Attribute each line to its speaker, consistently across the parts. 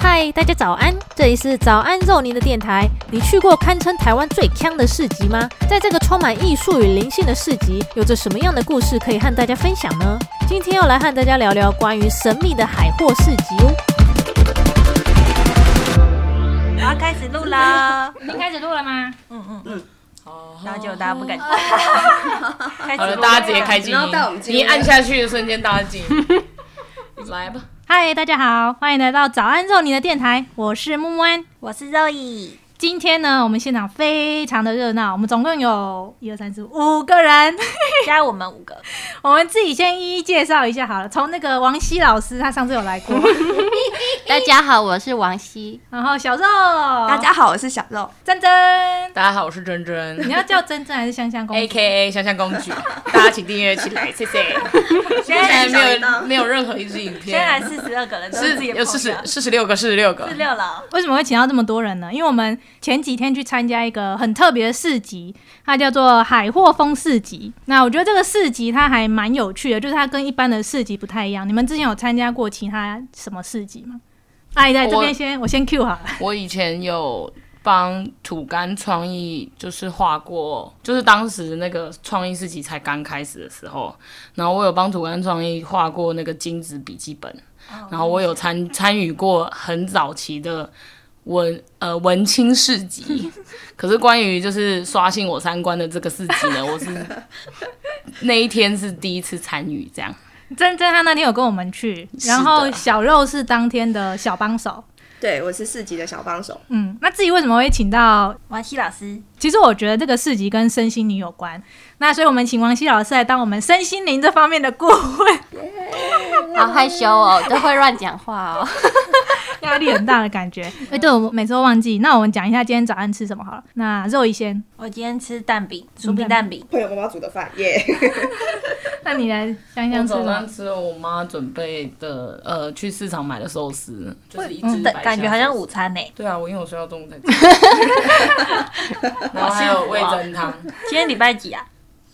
Speaker 1: 嗨，大家早安！这里是早安肉泥的电台。你去过堪称台湾最强的市集吗？在这个充满艺术与灵性的市集，有着什么样的故事可以和大家分享呢？今天要来和大家聊聊关于神秘的海货市集哦。
Speaker 2: 我要开始录啦！
Speaker 3: 已经开始录了吗？
Speaker 2: 然后结果大家不敢， 开始
Speaker 4: 好了，
Speaker 2: 录
Speaker 4: 大家直接开静
Speaker 5: 然后带我
Speaker 4: 音
Speaker 5: 们，进
Speaker 4: 你
Speaker 5: 入
Speaker 4: 一按下去的瞬间，大家静音。来吧，
Speaker 3: 嗨，大家好，欢迎来到早安肉你的电台，我是木木安。
Speaker 2: 我是 Zoe，
Speaker 3: 今天呢，我们现场非常的热闹，我们总共有一二三四五五个人，
Speaker 2: 加我们五个，
Speaker 3: 我们自己先一一介绍一下好了。从那个王希老师，他上次有来 过，
Speaker 6: 大家好，我是王希。
Speaker 3: 然后小肉，
Speaker 5: 大
Speaker 3: 大
Speaker 5: 家好，我是小肉。
Speaker 3: 珍珍，
Speaker 4: 大家好，我是珍珍
Speaker 3: 你要叫珍珍还是香香公主
Speaker 4: ，A K A 香香公举，大家请订阅起来，谢谢。
Speaker 2: 现
Speaker 4: 现
Speaker 2: 在
Speaker 4: 在没有没有任何一支影
Speaker 2: 现在
Speaker 4: 片，
Speaker 2: 四十二个人，
Speaker 4: 是有四十四十六个，四十六个
Speaker 2: 四，六了，
Speaker 3: 为什么会请到这么多人呢？因为我们前几天去参加一个很特别的市集，它叫做海货风市集。那我觉得这个市集它还蛮有趣的，就是它跟一般的市集不太一样。你们之前有参加过其他什么市集吗？哎，在这边先我先 Q 好了，
Speaker 4: 我以前有帮土干创意，就是画过，就是当时那个创意市集才刚开始的时候，然后我有帮土干创意画过那个金子笔记本，
Speaker 2: 哦
Speaker 4: 然后我有参参与过很早期的。文呃文青 市集，可是关于就是刷新我三观的这个市 集呢，我是那一天是第一次参与，这样
Speaker 3: 珍珍她那天有跟我们去，
Speaker 4: 是的
Speaker 3: 然后小肉是当天的小帮手。
Speaker 5: 对，我是四级的小帮手。
Speaker 3: 嗯，那至于为什么会请到
Speaker 2: 王希老师，
Speaker 3: 其实我觉得这个市集跟身心灵有关，那所以我们请王希老师来当我们身心灵这方面的顾问，
Speaker 6: 好害 羞哦，都会乱讲话哦。
Speaker 3: 压力很大的感觉。哎、对，我每次都忘记。那我们讲一下今天早上吃什么好了。那肉一先，
Speaker 2: 我今天吃蛋饼，
Speaker 4: 嗯
Speaker 2: 酥皮蛋饼，
Speaker 5: 朋友妈妈煮的饭耶
Speaker 3: 那你来想
Speaker 4: 我
Speaker 3: 想吃什
Speaker 4: 早
Speaker 3: 么
Speaker 4: 上？吃了我妈准备的，呃，去市场买的寿司，就是一只
Speaker 2: 嗯但感觉好像午。餐呢。
Speaker 4: 对啊，我因为我睡到中午才吃。 然后还有味增汤，
Speaker 2: 今天礼拜几 啊？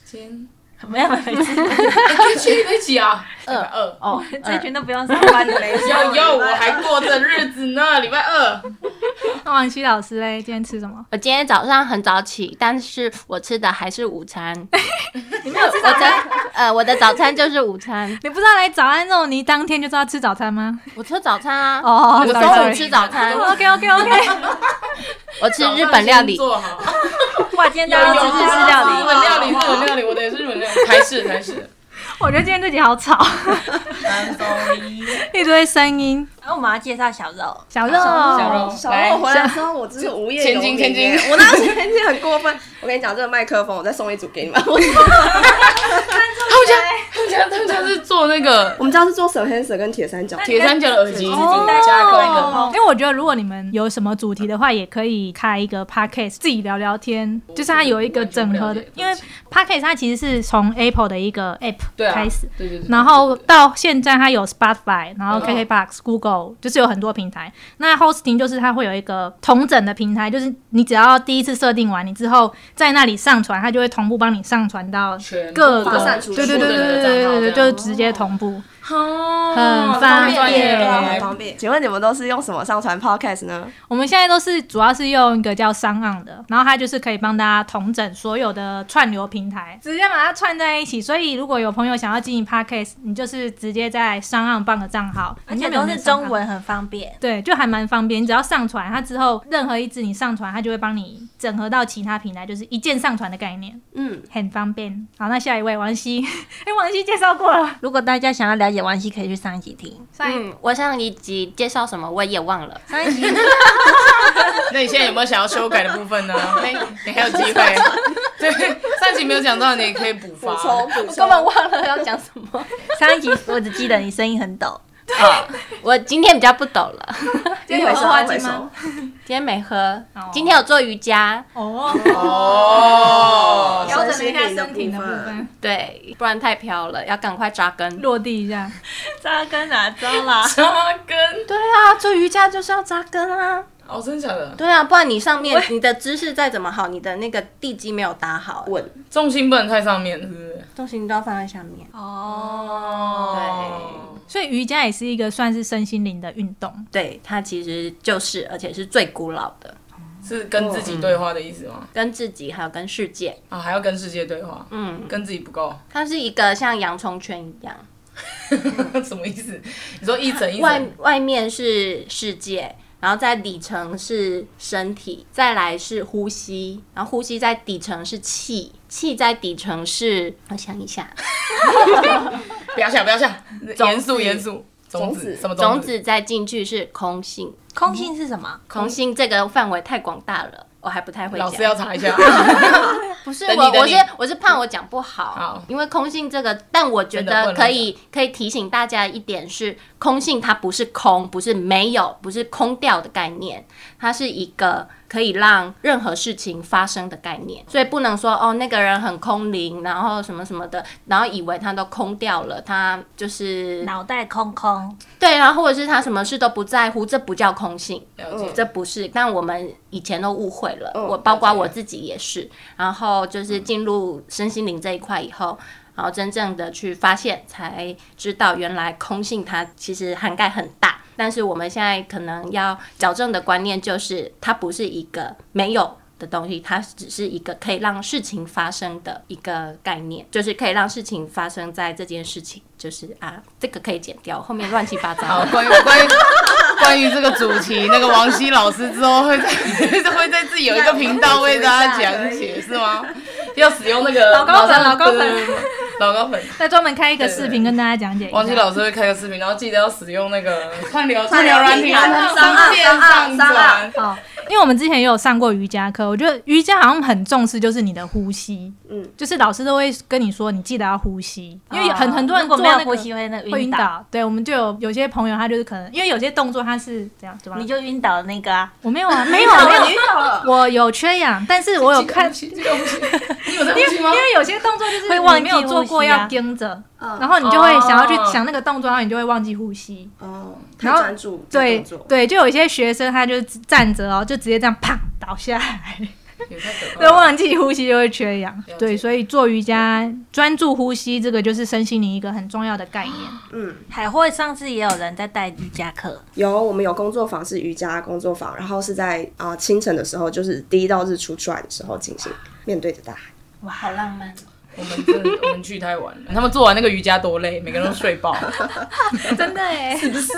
Speaker 4: 今
Speaker 2: 没有没有，
Speaker 4: 天去对起啊，礼拜二。
Speaker 6: 哦，
Speaker 2: 这群都不用上 班了，
Speaker 4: 有有，我还过着日子呢，礼拜二。
Speaker 3: 那王希老师嘞，今天吃什么？
Speaker 6: 我今天早上很早起，但是我吃的还是午 餐。我的呃，我的早餐就是午餐。
Speaker 3: 你不知道来早安肉泥当天就知道吃早餐吗？
Speaker 6: 我吃早餐啊，
Speaker 3: 哦，
Speaker 4: 我
Speaker 6: 我
Speaker 4: 中午
Speaker 6: 中午
Speaker 3: sorry，sorry
Speaker 6: 吃早餐，
Speaker 3: OK OK OK，
Speaker 6: 我吃日本料理。
Speaker 4: 做好。啊
Speaker 2: 哇，今天大家都吃日式料
Speaker 4: 日本
Speaker 2: 理，
Speaker 4: 料理，日本料理，我的也是日本料理。台式，台式。
Speaker 3: 我觉得今天这集好吵，
Speaker 4: I'm sorry。
Speaker 3: 一堆声音。
Speaker 2: 然后我们要介绍小肉，
Speaker 3: 小肉，
Speaker 4: 小肉
Speaker 5: 小
Speaker 4: 来
Speaker 5: 肉回来之后，我真是无业游民
Speaker 4: 千金
Speaker 5: 耶
Speaker 4: 千金
Speaker 5: 我那千金很过分。我跟你讲，这个麦克风，我再送一组给你们。我
Speaker 4: 他们家，他们家，他们家是做那个
Speaker 5: 我们家是做 s h a n s 跟铁三角，
Speaker 4: 铁三角的耳机，
Speaker 2: 哦
Speaker 4: 加个那个。
Speaker 3: 因为我觉得，如果你们有什么主题的话，也可以开一个 podcast 自己聊聊天，就是它有一个整合的
Speaker 4: 我完全不了解，
Speaker 3: 因为 podcast 它其实是从 Apple 的一个 app
Speaker 4: 对啊，
Speaker 3: 开始。
Speaker 4: 对对对。
Speaker 3: 然后到现在，它有 Spotify，然后
Speaker 5: 嗯
Speaker 4: 对
Speaker 3: KKBox、Google，就是有很多平台。那 hosting 就是它会有一个同整的平台，就是你只要第一次设定完，你之后在那里上传，它就会同步帮你上传到
Speaker 4: 全部
Speaker 3: 各
Speaker 5: 发
Speaker 3: 个
Speaker 5: 散。出去
Speaker 3: 对对对对对对对对，就是直接同步，很方
Speaker 4: 专
Speaker 3: 便。
Speaker 4: 业了，
Speaker 5: 很方哦便。请啊问你们都是用什么上传 podcast 呢？
Speaker 3: 我们现在都是主要是用一个叫商岸的，然后它就是可以帮大家统整所有的串流平台，直接把它串在一起。所以如果有朋友想要经营 podcast，你就是直接在商岸办个账号，
Speaker 2: 而
Speaker 3: 你
Speaker 2: 且
Speaker 3: 就没有
Speaker 2: 都
Speaker 3: 那
Speaker 2: 是
Speaker 3: 个账号
Speaker 2: 中。文，很方便。
Speaker 3: 对，就还蛮方便。你只要上传，它之后任何一支你上传，它就会帮你整合到其他平台，就是一键上传的概念，
Speaker 5: 嗯，
Speaker 3: 很方便。好，那下一位王希，哎、王希介绍过了，
Speaker 2: 如果大家想要了解王希，可以去上一集听。
Speaker 3: 上一、
Speaker 6: 嗯我上一集介绍什么我也忘了，
Speaker 2: 上一集
Speaker 4: 那你现在有没有想要修改的部分呢？哎你还有机会。对，上集没有讲到，你也可以补
Speaker 5: 补
Speaker 4: 发。
Speaker 5: 充补充
Speaker 6: 根。本忘了要讲什么。
Speaker 2: 上一集我只记得你声音很抖，
Speaker 6: 哦， 我今天比较不抖了，
Speaker 5: 今天回收
Speaker 3: 有花
Speaker 5: 回
Speaker 3: 精
Speaker 5: 收
Speaker 3: 吗，
Speaker 6: 今天没喝
Speaker 3: 哦，
Speaker 6: 今天有做瑜伽，
Speaker 3: 哦，
Speaker 4: 哦，
Speaker 3: 调整了一下
Speaker 5: 身
Speaker 3: 身
Speaker 5: 体
Speaker 3: 体
Speaker 5: 的
Speaker 3: 的
Speaker 5: 部
Speaker 3: 部
Speaker 5: 分
Speaker 3: 分，
Speaker 6: 对，不然太飘了，要赶快扎根。
Speaker 3: 落地一下。
Speaker 2: 扎根哪招啦？
Speaker 4: 扎根。
Speaker 6: 对啊，做瑜伽就是要扎根啊。
Speaker 4: 哦，真的假的？
Speaker 6: 对啊，不然你上面你的姿势再怎么好，你的那个地基没有打好，
Speaker 5: 稳
Speaker 4: 重心不能太上面，是不是？
Speaker 6: 重心都要放在下面。
Speaker 2: 哦，
Speaker 4: 哦，
Speaker 3: 所以瑜伽也是一个算是身心灵的运动。
Speaker 6: 对，它其实就是，而且是最古老的，
Speaker 4: 是跟自己对话的意思吗？
Speaker 6: 跟自己还有跟世界，
Speaker 4: 啊，还要跟世界对话，嗯，跟自己不够，
Speaker 6: 它是一个像洋葱圈一样，
Speaker 4: 什么意思？你说一层一
Speaker 6: 外
Speaker 4: 层，
Speaker 6: 外面是世界，然后在底层是身体，再来是呼吸，然后呼吸在底层是气，气在底层是，我想一下，
Speaker 4: 不要想不要想，严肃严肃，种
Speaker 5: 种
Speaker 4: 子
Speaker 5: 子
Speaker 4: 什么
Speaker 6: 种
Speaker 4: 子？
Speaker 6: 子再进去是空性，
Speaker 2: 空性是什么？
Speaker 6: 空性这个范围太广大了，我还不太会
Speaker 4: 老
Speaker 6: 讲
Speaker 4: 师。要查一下，
Speaker 6: 不是
Speaker 4: 等你
Speaker 6: 我，
Speaker 4: 等
Speaker 6: 我
Speaker 4: 你
Speaker 3: 你
Speaker 6: 是我是怕我讲不好，
Speaker 4: 好
Speaker 6: 因为空性这个，但我觉
Speaker 4: 真的不
Speaker 6: 得
Speaker 4: 能
Speaker 6: 可以可以提醒大家一点是，空性它不是空，不是没有，不是空掉的概念，它是一个可以让任何事情发生的概念，所以不能说哦那个人很空灵，然后什么什么的，然后以为他都空掉了，他就是
Speaker 2: 脑袋空空，
Speaker 6: 对，然后或者是他什么事都不在乎，这不叫空性。
Speaker 4: 了解。
Speaker 6: 这不是，但我们以前都误会了，
Speaker 5: 嗯
Speaker 6: 我包括我自己也是。然后就是进入身心灵这一块以后，然后真正的去发现，才知道原来空性它其实涵盖很大。但是我们现在可能要矫正的观念就是，它不是一个没有。的东西，它只是一个可以让事情发生的一个概念，就是可以让事情发生在这件事情，就是啊，这个可以剪掉，后面乱七八糟。
Speaker 4: 好，关于关于关于这个主题，那个王希老师之后会在 会在自己有一个频道为大家讲解，是吗？要使用那个
Speaker 3: 老高粉
Speaker 4: 马上
Speaker 3: 老高粉
Speaker 4: 对对对对 老高粉。
Speaker 3: 再专门开一个视频跟大家讲解一下。
Speaker 4: 王希老师会开个视频，然后记得要使用那 个串流串流
Speaker 5: 流
Speaker 4: 软
Speaker 5: 平
Speaker 4: 体
Speaker 5: 台
Speaker 3: 啊
Speaker 5: 上岸
Speaker 4: 线
Speaker 5: 上
Speaker 4: 上
Speaker 5: 岸上
Speaker 4: 传
Speaker 5: 岸。
Speaker 3: 哦，因为我们之前也有上过瑜伽课，我觉得瑜伽好像很重视就是你的呼吸，嗯
Speaker 5: 嗯，
Speaker 3: 就是老师都会跟你说你记得要呼吸，因为有很、
Speaker 2: 哦
Speaker 3: 很多人
Speaker 2: 如果
Speaker 3: 做
Speaker 2: 没有
Speaker 3: 那个
Speaker 2: 呼吸会那
Speaker 3: 会
Speaker 2: 晕
Speaker 3: 晕
Speaker 2: 倒，
Speaker 3: 倒。对，我们就有有些朋友他就是可能因为有些动作他是这样，对吧
Speaker 2: 你？就晕倒的那个啊。
Speaker 3: 我没有啊，没有啊没有，
Speaker 5: 晕倒了，
Speaker 3: 我有缺氧，但是我有看，
Speaker 4: 这个不行这个不行你有在呼吸吗
Speaker 3: 因？为有些动作就是
Speaker 2: 会
Speaker 3: 你
Speaker 2: 忘
Speaker 3: 没
Speaker 2: 记
Speaker 3: 有做
Speaker 2: 呼
Speaker 3: 过
Speaker 2: 吸
Speaker 3: 要
Speaker 2: 啊
Speaker 3: 盯着，
Speaker 5: 嗯
Speaker 3: 然后你就会想要去
Speaker 4: 哦
Speaker 3: 想那个动作，然后你就会忘记呼吸。
Speaker 5: 哦，太
Speaker 3: 然后
Speaker 5: 专注这
Speaker 3: 对
Speaker 5: 动作，
Speaker 3: 对，就有一些学生他就站着哦，就直接这样啪倒下来。
Speaker 4: 也太可怕
Speaker 3: 对，
Speaker 4: 了
Speaker 3: 忘记呼吸就会缺氧
Speaker 4: 解。
Speaker 3: 对，所以做瑜伽专注呼吸，这个就是身心灵一个很重要的概念。
Speaker 5: 嗯，
Speaker 2: 海会上次也有人在带瑜伽课，
Speaker 5: 有我们有工作坊是瑜伽工作坊，然后是在啊、呃清晨的时候，就是第一道日出出来的时候进行，面对着大海。
Speaker 6: 哇，好浪漫。
Speaker 4: 我们真的我们去太晚了，他们做完那个瑜伽多累，每个人都睡爆。
Speaker 3: 真的哎，是不是？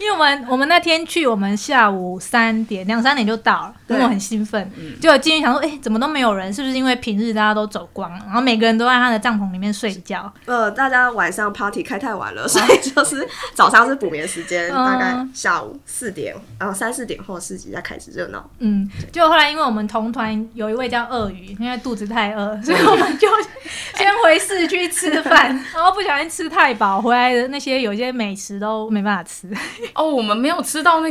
Speaker 3: 因为我们我们那天去，我们下午三点两三点就到了，因为我很兴奋，就进去想说，哎，怎么都没有人？是不是因为平日大家都走光了，然后每个人都在他的帐篷里面睡觉？
Speaker 5: 呃，大家晚上 party 开太 晚了，所以就是早上是补眠时间，大概下午四点，然后三四点后市集才开始热闹。
Speaker 3: 嗯，就后来因为我们同团有一位叫鳄鱼，因为肚子太饿，所以我们就先回市区吃饭，然后不小心吃太饱，回来的那些有些美食都没办法吃。
Speaker 4: 哦，我们没有吃到那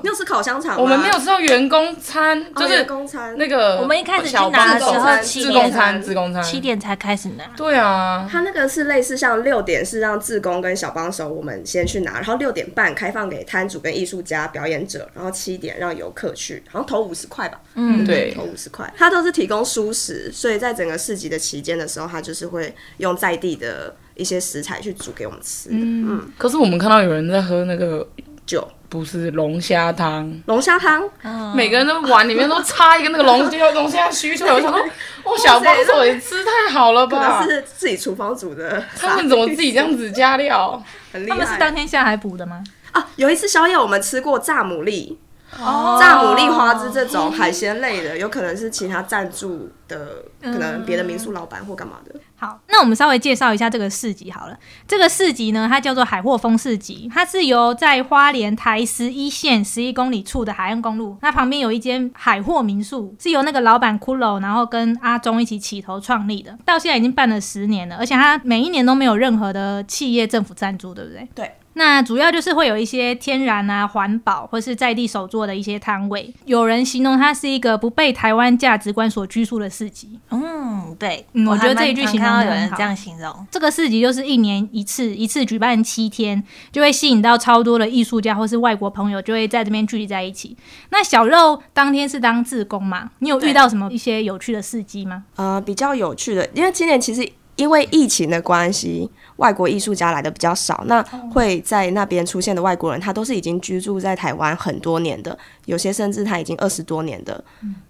Speaker 5: 你，有吃烤香
Speaker 3: 啊
Speaker 5: 肠吗？
Speaker 4: 我们没有吃到员工餐，
Speaker 5: 哦，
Speaker 4: 就是
Speaker 5: 员工餐
Speaker 4: 那个
Speaker 2: 我们一开始去
Speaker 4: 小
Speaker 2: 拿
Speaker 5: 的时候
Speaker 4: 帮手
Speaker 5: 七
Speaker 4: 自
Speaker 5: 点
Speaker 4: 贡餐，自贡餐，
Speaker 2: 七点才开始拿。
Speaker 4: 对啊，
Speaker 5: 它那个是类似像六点是让志工跟小帮手我们先去拿，然后六点半开放给摊主跟艺术家、表演者，然后七点让游客去，好像投五十块吧，
Speaker 2: 嗯，
Speaker 4: 对
Speaker 5: 投五十块。它都是提供蔬食，所以在整个市集的期间的时候，它就是会用在地的一些食材去煮给我们吃的。嗯，
Speaker 4: 可是我们看到有人在喝那个，
Speaker 5: 酒
Speaker 4: 不是龙虾汤，
Speaker 5: 龙虾汤，
Speaker 4: 每个人的碗里面都插一个那个 龙虾龙虾须球。我想说，哇，小帮手也吃太好了
Speaker 5: 可
Speaker 4: 吧
Speaker 5: 能？是自己厨房煮的，
Speaker 4: 他们怎么自己这样子加料？
Speaker 5: 很厉
Speaker 3: 他
Speaker 5: 害。
Speaker 3: 们是当天下海捕的吗？
Speaker 5: 啊，有一次宵夜我们吃过炸牡蛎，炸牡蛎花枝这种海鲜类的，有可能是其他赞助的，可能别的民宿老板或干嘛的。
Speaker 3: 好，那我们稍微介绍一下这个市集好了。这个市集呢，它叫做海货风市集，它是由在花莲台十一线十一公里处的海岸公路，那旁边有一间海货民宿，是由那个老板骷髅，然后跟阿忠一起起头创立的，到现在已经办了十年了，而且它每一年都没有任何的企业政府赞助，对不对？
Speaker 5: 对。
Speaker 3: 那主要就是会有一些天然啊、环保或是在地手做的一些摊位，有人形容它是一个不被台湾价值观所拘束的市集。
Speaker 2: 嗯，对，
Speaker 3: 嗯我觉得
Speaker 2: 还蛮
Speaker 3: 这一句
Speaker 2: 常
Speaker 3: 形容
Speaker 2: 看到
Speaker 3: 得
Speaker 2: 有
Speaker 3: 很
Speaker 2: 人
Speaker 3: 好嗯
Speaker 2: 这样形容，
Speaker 3: 这个市集就是一年一次，一次举办七天，就会吸引到超多的艺术家或是外国朋友，就会在这边聚集在一起。那小肉当天是当志工嘛？你有遇到什么一些有趣的事迹吗？
Speaker 5: 呃，比较有趣的，因为今年其实因为疫情的关系，外国艺术家来的比较少，那会在那边出现的外国人，他都是已经居住在台湾很多年的，有些甚至他已经二十多年的，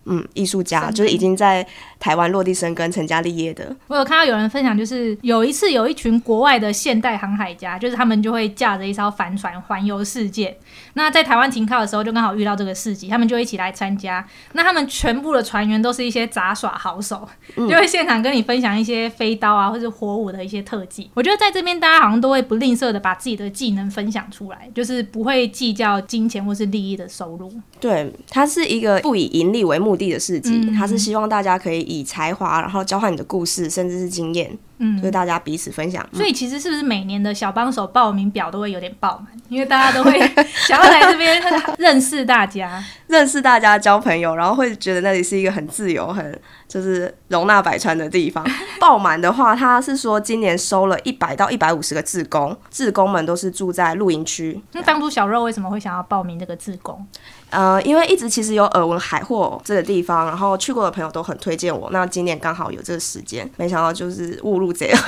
Speaker 5: 嗯，艺术家就是已经在台湾落地生根、成家立业的。
Speaker 3: 我有看到有人分享，就是有一次有一群国外的现代航海家，就是他们就会驾着一艘帆船环游世界。那在台湾停靠的时候，就刚好遇到这个市集，他们就一起来参加。那他们全部的船员都是一些杂耍好手，就会现场跟你分享一些飞刀啊，或是火舞的一些特技。我觉得在这边，大家好像都会不吝啬的把自己的技能分享出来，就是不会计较金钱或是利益的收入。
Speaker 5: 对，它是一个不以盈利为目的的市集，
Speaker 3: 嗯
Speaker 5: 它是希望大家可以以才华，然后交换你的故事，甚至是经验，
Speaker 3: 嗯
Speaker 5: 就是大家彼此分享。
Speaker 3: 所以其实是不是每年的小帮手报名表都会有点爆满，因为大家都会想要来这边认识大家。
Speaker 5: 认识大家、交朋友，然后会觉得那里是一个很自由、很就是容纳百川的 地方。爆满的话，他是说今年收了一百到一百五十个志工，志工们都是住在露营区。
Speaker 3: 那当初小肉为什么会想要报名这个自工？
Speaker 5: 呃，因为一直其实有耳闻海货这个地方，然后去过的朋友都很推荐我。那今年刚好有这个时间，没想到就是误 入贼了。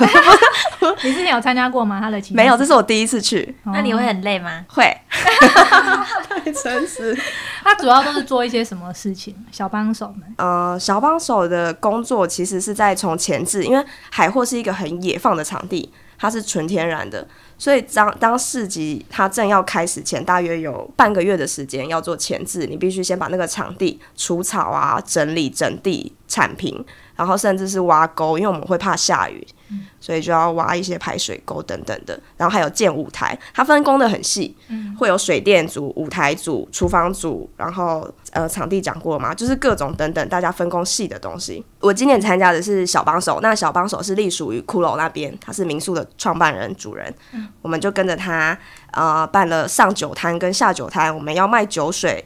Speaker 3: 你之前有参加过吗？他的哦情
Speaker 5: 没有，这是我第一次去，
Speaker 2: 那你会很累吗？
Speaker 5: 会。 太真实。
Speaker 3: 他主要都是做一些什么事情？小帮手们，
Speaker 5: 呃，小帮手的工作其实是在从前置，因为海货是一个很野放的场地，它是纯天然的，所以当当市集它正要开始前，大约有半个月的时间要做前置，你必须先把那个场地除草啊、整理整地、铲平，然后甚至是挖沟，因为我们会怕下雨，所以就要挖一些排水沟等等的，然后还有建舞台，它分工的很细，会有水电组、舞台组、厨房组，然后呃场地讲过嘛，就是各种等等大家分工细的东西。我今年参加的是小帮手，那小帮手是隶属于骷髅那边，他是民宿的创办人、主人，我们就跟着他呃办了上酒摊跟下酒摊，我们要卖酒水。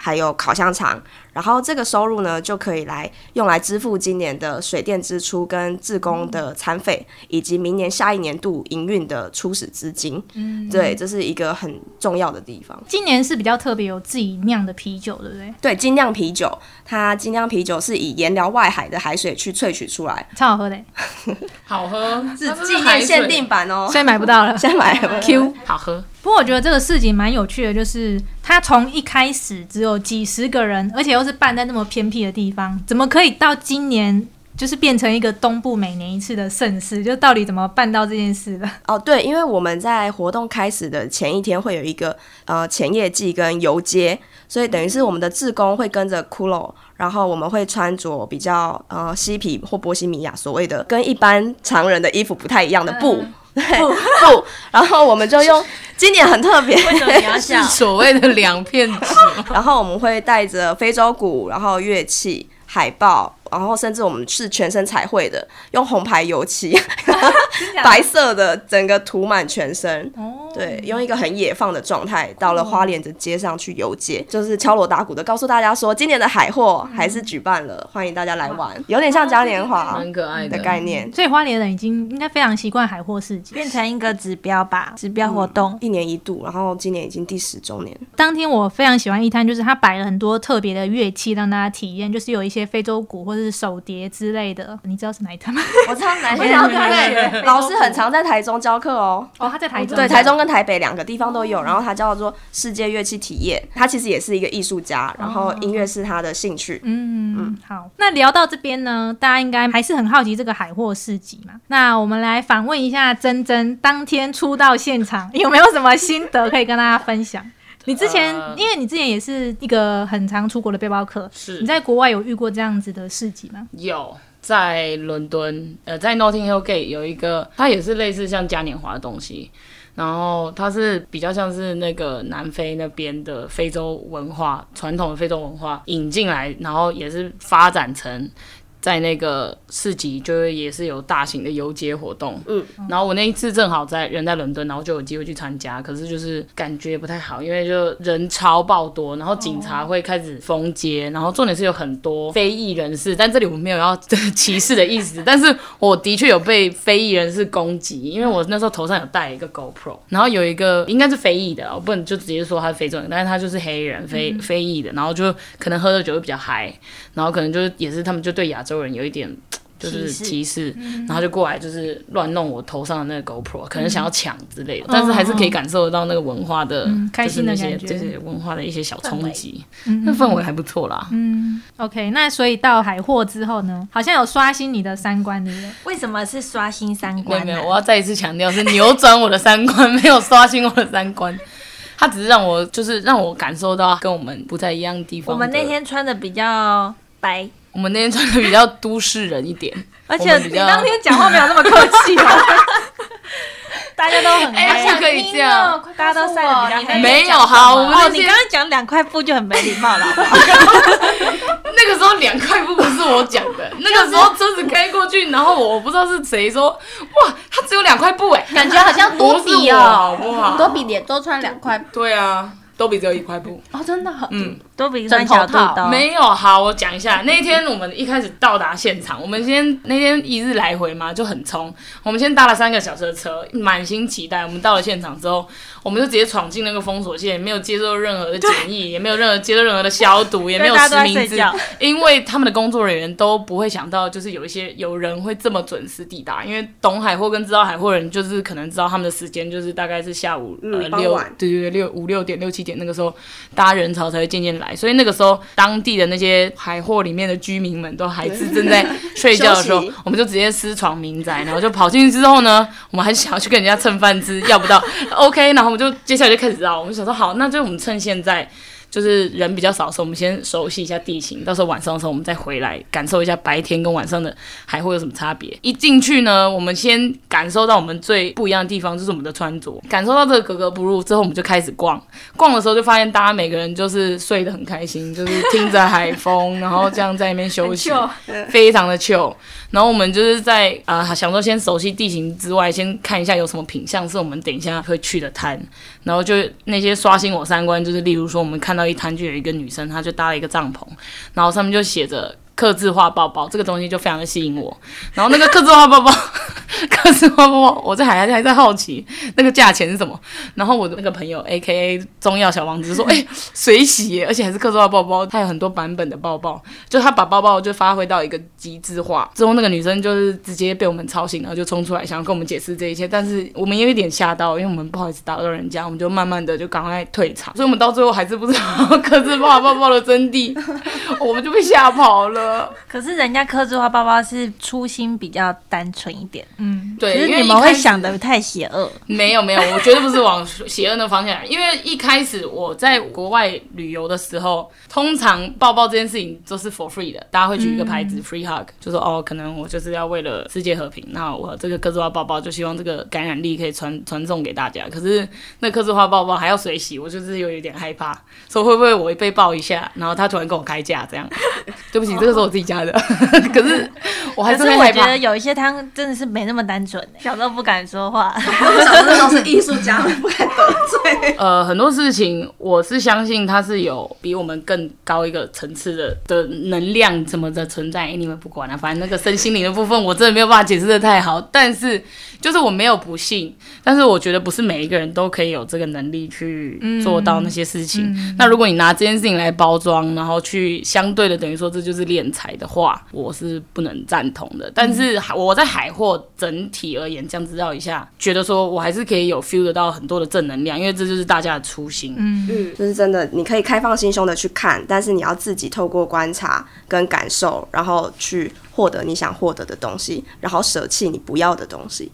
Speaker 5: 还有烤香肠，然后这个收入呢，就可以来用来支付今年的水电支出、跟志工的餐费，以及明年下一年度营运的初始资金。嗯，对，这是一个很重要的地方。
Speaker 3: 今年是比较特别，有自己酿的啤酒，对不对？
Speaker 5: 对，精酿啤酒，它精酿啤酒是以盐寮外海的海水去萃取出来，
Speaker 3: 超好喝的，
Speaker 4: 好喝，
Speaker 5: 是
Speaker 4: 它不
Speaker 5: 纪
Speaker 4: 海水
Speaker 5: 念限定，版哦。
Speaker 3: 所以买不到了。
Speaker 5: 先买
Speaker 4: Q 好喝，
Speaker 3: 不过我觉得这个市集蛮有趣的，就是它从一开始只有几十个人，而且又是办在那么偏僻的地方，怎么可以到今年就是变成一个东部每年一次的盛事？就到底怎么办到这件事 的？
Speaker 5: 哦，对，因为我们在活动开始的前一天会有一个呃前夜祭跟游街，所以等于是我们的志工会跟着骷髅，然后我们会穿着比较呃嬉皮或波西米亚所谓的跟一般常人的衣服不太一样的布。
Speaker 2: 嗯
Speaker 5: 对布，然后我们就用今年很特别，
Speaker 2: 为什么你要笑
Speaker 5: 啊
Speaker 4: 是？所谓的两片纸，
Speaker 5: 然后我们会带着非洲鼓，然后乐器、海报，然后甚至我们是全身彩绘的，用红牌油漆， 白色的整个涂满全身。对，用一个很野放的状态，到了花莲的街上去游街，就是敲锣打鼓的告诉大家说，今年的海货还是举办了，欢迎大家来玩，有点像嘉年华
Speaker 4: 蛮可爱
Speaker 5: 的概念。
Speaker 3: 所以花莲人已经应该非常习惯海货市 集。
Speaker 2: 变成一个指标吧，指标活动。
Speaker 5: 一年一度，然后今年已经第十周年。
Speaker 3: 当天我非常喜欢一摊，就是它摆了很多特别的乐器让大家体验，就是有一些非洲鼓或者是手碟之类的。你知道是哪一摊吗？
Speaker 5: 我知道哪
Speaker 2: 我想要跟他学
Speaker 5: 老师很常在台中教课哦。
Speaker 3: 哦，他在台中。
Speaker 5: 对，台中跟台北两个地方都有，然后他叫做世界乐器体验，他其实也是一个艺术家，然后音乐是他的兴趣。
Speaker 3: 嗯，好。那聊到这边呢，大家应该还是很好奇这个海货市集嘛？那我们来访问一下珍珍，当天出到现场 有没有什么心得可以跟大家分 享？你之前，
Speaker 4: 呃
Speaker 3: 因为你之前也是一个很常出国的背包客，
Speaker 4: 是
Speaker 3: 你在国外有遇过这样子的市集吗？
Speaker 4: 有在伦敦，呃，在 Notting Hill Gate 有一个，它也是类似像嘉年华的东西，然后它是比较像是那个南非那边的非洲文化传统的非洲文化引进来，然后也是发展成。在那个市集，就是也是有大型的游街活动，嗯，然后我那一次正好在人在伦敦，然后就有机会去参加，可是就是感觉不太好，因为就人超爆多，然后警察会开始封街，然后重点是有很多非裔人士，但这里我没有要 歧视的意思，但是我的确有被非裔人士攻击，因为我那时候头上有戴一个 GoPro，然后有一个应该是非裔的，我不能就直接说他是非洲人，但是他就是黑人非非裔的，然后就可能喝的酒会比较嗨，然后可能就是也是他们就对亚洲人有一点就是歧
Speaker 6: 歧视
Speaker 4: 视，然后就过来就是乱弄我头上的那个 GoPro，可能想要抢之类的，但是还是可以感受得到那个文化的，
Speaker 3: 嗯开
Speaker 4: 就是
Speaker 3: 心的
Speaker 4: 那些
Speaker 3: 感觉
Speaker 4: 这些文化的一些小冲击，
Speaker 3: 嗯
Speaker 4: 那氛围还不错啦。
Speaker 3: 嗯，OK，那所以到海货之后呢，好像有刷新你的三观，对不对？
Speaker 2: 为什么是刷新三
Speaker 4: 没有
Speaker 2: 观
Speaker 4: 没
Speaker 2: 呢、
Speaker 4: 有，我要再一次强调，是扭转我的三观， 没有刷新我的三观。它只是让我，就是让我感受到跟我们不太一样的地方的。
Speaker 2: 我们那天穿的比较白，
Speaker 4: 我们那天穿的比较都市人一点，
Speaker 2: 而
Speaker 4: 我
Speaker 2: 且
Speaker 4: 们比
Speaker 2: 你
Speaker 4: 较
Speaker 2: 当天讲话没有那么客气哦，
Speaker 3: 大家都很
Speaker 4: 哎不可以这样，
Speaker 2: 大家都晒的比较黑。
Speaker 4: 没有好，我们
Speaker 2: 哦，
Speaker 4: 那
Speaker 2: 你
Speaker 4: 天
Speaker 2: 刚刚讲两块布就很没礼貌了，
Speaker 4: 那个时候两块布不是我讲 的，那个时候车子开过去，然后我不知道是谁说，哇，它只有两块布哎，
Speaker 6: 感觉好像多
Speaker 4: 不
Speaker 6: 比
Speaker 4: 是我好
Speaker 6: 哦，
Speaker 4: 不好
Speaker 6: 多比也多穿两块
Speaker 4: 对啊，都比只有一块布，
Speaker 6: 哦，真的哦，
Speaker 4: 嗯，
Speaker 2: 都比穿小肚
Speaker 6: 枕头
Speaker 2: 兜。
Speaker 4: 没有好，我讲一下，那一天我们一开始到达现场，我们先那天一日来回嘛，就很冲，我们先搭了三个小时的车，满心期待，我们到了现场之后，我们就直接闯进那个封锁线，没有接受任何的检疫，也没有任何接受任何的消毒，也没有
Speaker 2: 大家都
Speaker 4: 实
Speaker 2: 在
Speaker 4: 名
Speaker 2: 睡
Speaker 4: 制
Speaker 2: 觉，
Speaker 4: 因为他们的工作人员都不会想到，就是有一些有人会这么准时抵达，因为懂海货跟知道海货人就是可能知道他们的时间就是大概是下午、呃
Speaker 5: 嗯傍
Speaker 4: 六
Speaker 5: 晚
Speaker 4: 对对对六五六点六七点那个时候，大家人潮才会渐渐来，所以那个时候当地的那些海货里面的居民们都还是正在睡觉的时候
Speaker 5: 休息，
Speaker 4: 我们就直接私闯民宅，然后就跑进去之后呢，我们还想要去跟人家蹭饭吃，要不到 OK，然后我们就接下来就开始绕，我们想说好，那就我们趁现在。就是人比较少的时候，我们先熟悉一下地形，到时候晚上的时候我们再回来感受一下白天跟晚上的海货有什么差别。一进去呢，我们先感受到我们最不一样的地方就是我们的穿着，感受到这个格格不入之后，我们就开始逛。逛的时候就发现大家每个人就是睡得很开心，就是听着海风，然后这样在那边休息，非常的 chill。然后我们就是在啊、呃想说先熟悉地形之外，先看一下有什么品相是我们等一下会去的摊。然后就那些刷新我三观，就是例如说我们看到一摊就有一个女生，她就搭了一个帐篷，然后上面就写着。刻字化包包这个东西就非常的吸引我，然后那个刻字化包 包，刻字化包包，我在还还在好奇那个价钱是什么，然后我的那个朋友 A K A 中药小王子说，哎、水洗耶，而且还是刻字化包包，它有很多版本的包包，就他把包包就发挥到一个极致化。之后那个女生就是直接被我们吵醒，然后就冲出来想要跟我们解释这一切，但是我们也有点吓到，因为我们不好意思打扰人家，我们就慢慢的就赶快退场，所以我们到最后还是不知道 刻字化包包的真谛，我们就被吓跑了。
Speaker 2: 可是人家刻字化包包是初心比较单纯一点，
Speaker 3: 嗯，
Speaker 2: 可
Speaker 4: 对，
Speaker 2: 是
Speaker 4: 因为
Speaker 2: 你
Speaker 4: 一
Speaker 2: 们
Speaker 4: 开
Speaker 2: 会
Speaker 4: 始
Speaker 2: 想的太邪恶。
Speaker 4: 没有没有，我绝对不是往邪恶那方向来。因为一开始我在国外旅游的时候，通常抱抱这件事情都是 for free 的，大家会举一个牌
Speaker 2: 嗯
Speaker 4: 子、free hug，就说哦，可能我就是要为了世界和平，那我这个各自化抱抱就希望这个感染力可以传传送给大家。可是那刻字化抱抱还要水洗，我就是有一点害怕，说会不会我被抱一下，然后他突然跟我开价这样？ 对不起，这个是我自己加的， 可是我还
Speaker 2: 可是
Speaker 4: 是会
Speaker 2: 我
Speaker 4: 害
Speaker 2: 觉
Speaker 4: 怕
Speaker 2: 得。有一些他真的是没那么单纯、欸，小时候不敢说话。
Speaker 5: 小时候是艺术家， 不敢得罪。
Speaker 4: 呃，很多事情我是相信它是有比我们更高一个层次的的能量什么的存在。你们不管了、反正那个身心灵的部分我真的没有办法解释的太好，但是就是我没有不信，但是我觉得不是每一个人都可以有这个能力去
Speaker 3: 嗯
Speaker 4: 做到那些事情。那如果你拿这件事情来包装，然后去相对的等于说这就是敛财的话，我是不能赞同
Speaker 3: 嗯
Speaker 4: 的。但是海我在海货整体而言，这样知道一下，觉得说我还是可以有 feel 得到很多的正能量，因为这就是大家的初心。
Speaker 5: 嗯，就是真的，你可以开放心胸的去看，但是你要自己透过观察跟感受，然后去获得你想获得的东西，然后舍弃你不要的东西。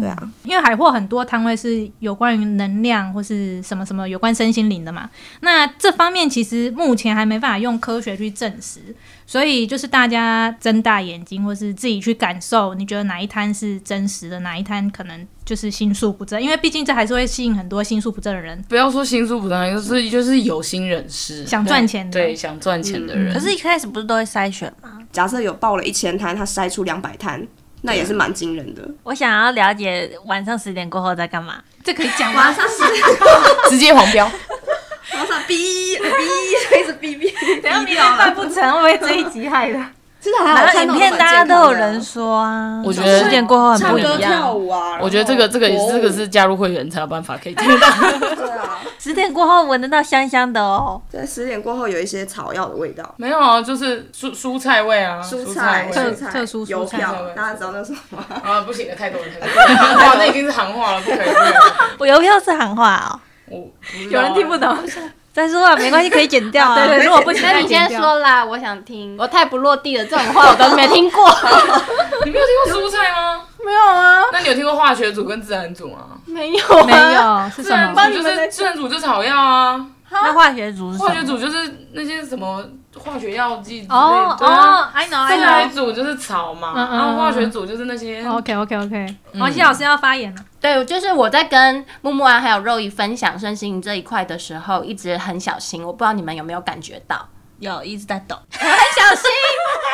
Speaker 5: 对啊，
Speaker 3: 因为海货很多摊位是有关于能量或是什么什么有关身心灵的嘛，那这方面其实目前还没办法用科学去证实，所以就是大家睁大眼睛，或是自己去感受，你觉得哪一摊是真实的，哪一摊可能就是心术不正，因为毕竟这还是会吸引很多心术不正的人。
Speaker 4: 不要说心术不正，就是就是有心人士，
Speaker 3: 想赚钱的嗯
Speaker 4: 对，想赚钱的人。
Speaker 2: 可是，一开始不是都会筛选吗？
Speaker 5: 假设有报了一千摊，他筛出两百摊，那也是蛮惊人的。
Speaker 2: 我想要了解晚上十点过后在干嘛。
Speaker 3: 这可以讲吗？
Speaker 4: 直接黄 标，
Speaker 5: 马上哔哔，一直哔哔，
Speaker 2: 等一下明天办不成，会不会这一集害的？
Speaker 5: 真的还
Speaker 2: 然
Speaker 5: 好
Speaker 2: 后
Speaker 5: 看
Speaker 2: 影
Speaker 5: 到
Speaker 2: 片
Speaker 5: 蛮
Speaker 2: 大家
Speaker 5: 健
Speaker 2: 都
Speaker 5: 康
Speaker 2: 有
Speaker 5: 的
Speaker 2: 人说啊，
Speaker 4: 我觉得
Speaker 2: 十点过后很
Speaker 5: 唱
Speaker 2: 不
Speaker 5: 歌
Speaker 2: 一
Speaker 5: 跳
Speaker 2: 样。
Speaker 5: 舞啊，
Speaker 4: 我觉得这个这个也是这个是加入会员才有办法可以听得到。
Speaker 5: 对啊，
Speaker 2: 十点过后闻得到香香的哦，
Speaker 5: 在十点过后有一些草药的味道。
Speaker 4: 没有啊，就是蔬蔬菜味啊，
Speaker 5: 哦蔬
Speaker 4: 菜味
Speaker 5: 菜、蔬
Speaker 3: 特
Speaker 5: 菜
Speaker 3: 特殊蔬
Speaker 5: 邮
Speaker 3: 菜
Speaker 5: 票，大家知道那是什么吗？
Speaker 4: 啊，不行了，太多了，太多了， 哇，那已经是行话了，不可以，不可以
Speaker 2: 我邮票是行话哦。
Speaker 4: 我不知
Speaker 3: 有
Speaker 4: 道啊
Speaker 3: 人听不懂，
Speaker 2: 再说啊，没关系，可以剪掉啊。
Speaker 3: 对对，如果不行，
Speaker 1: 那你
Speaker 3: 剪
Speaker 1: 先
Speaker 3: 掉。
Speaker 1: 说啦，我想听。我太不落地了，这种话我都没听过。
Speaker 4: 你没有听过蔬菜吗？
Speaker 1: 没有啊，
Speaker 4: 那你有听过化学组跟自然组吗？
Speaker 1: 没有啊，
Speaker 3: 没有是
Speaker 4: 自
Speaker 3: 什
Speaker 4: 然
Speaker 3: 么？
Speaker 4: 组就是啊自然组就是草药啊，
Speaker 2: 那化学组是什么
Speaker 4: 化学组就是那些什么化学药剂之类的
Speaker 3: 哦
Speaker 4: 对啊
Speaker 3: 哦，I know
Speaker 4: 自然
Speaker 3: I
Speaker 4: 组就是草嘛，
Speaker 3: 嗯嗯哦
Speaker 4: 然后
Speaker 3: 嗯
Speaker 4: 化学组就是那些
Speaker 3: know。OK OK OK，王希老师要发言了。
Speaker 6: 对，就是我在跟木木啊还有肉姨分享身心灵这一块的时候，一直很小心，我不知道你们有没有感觉 到。
Speaker 2: 有一直在抖，
Speaker 6: 小心，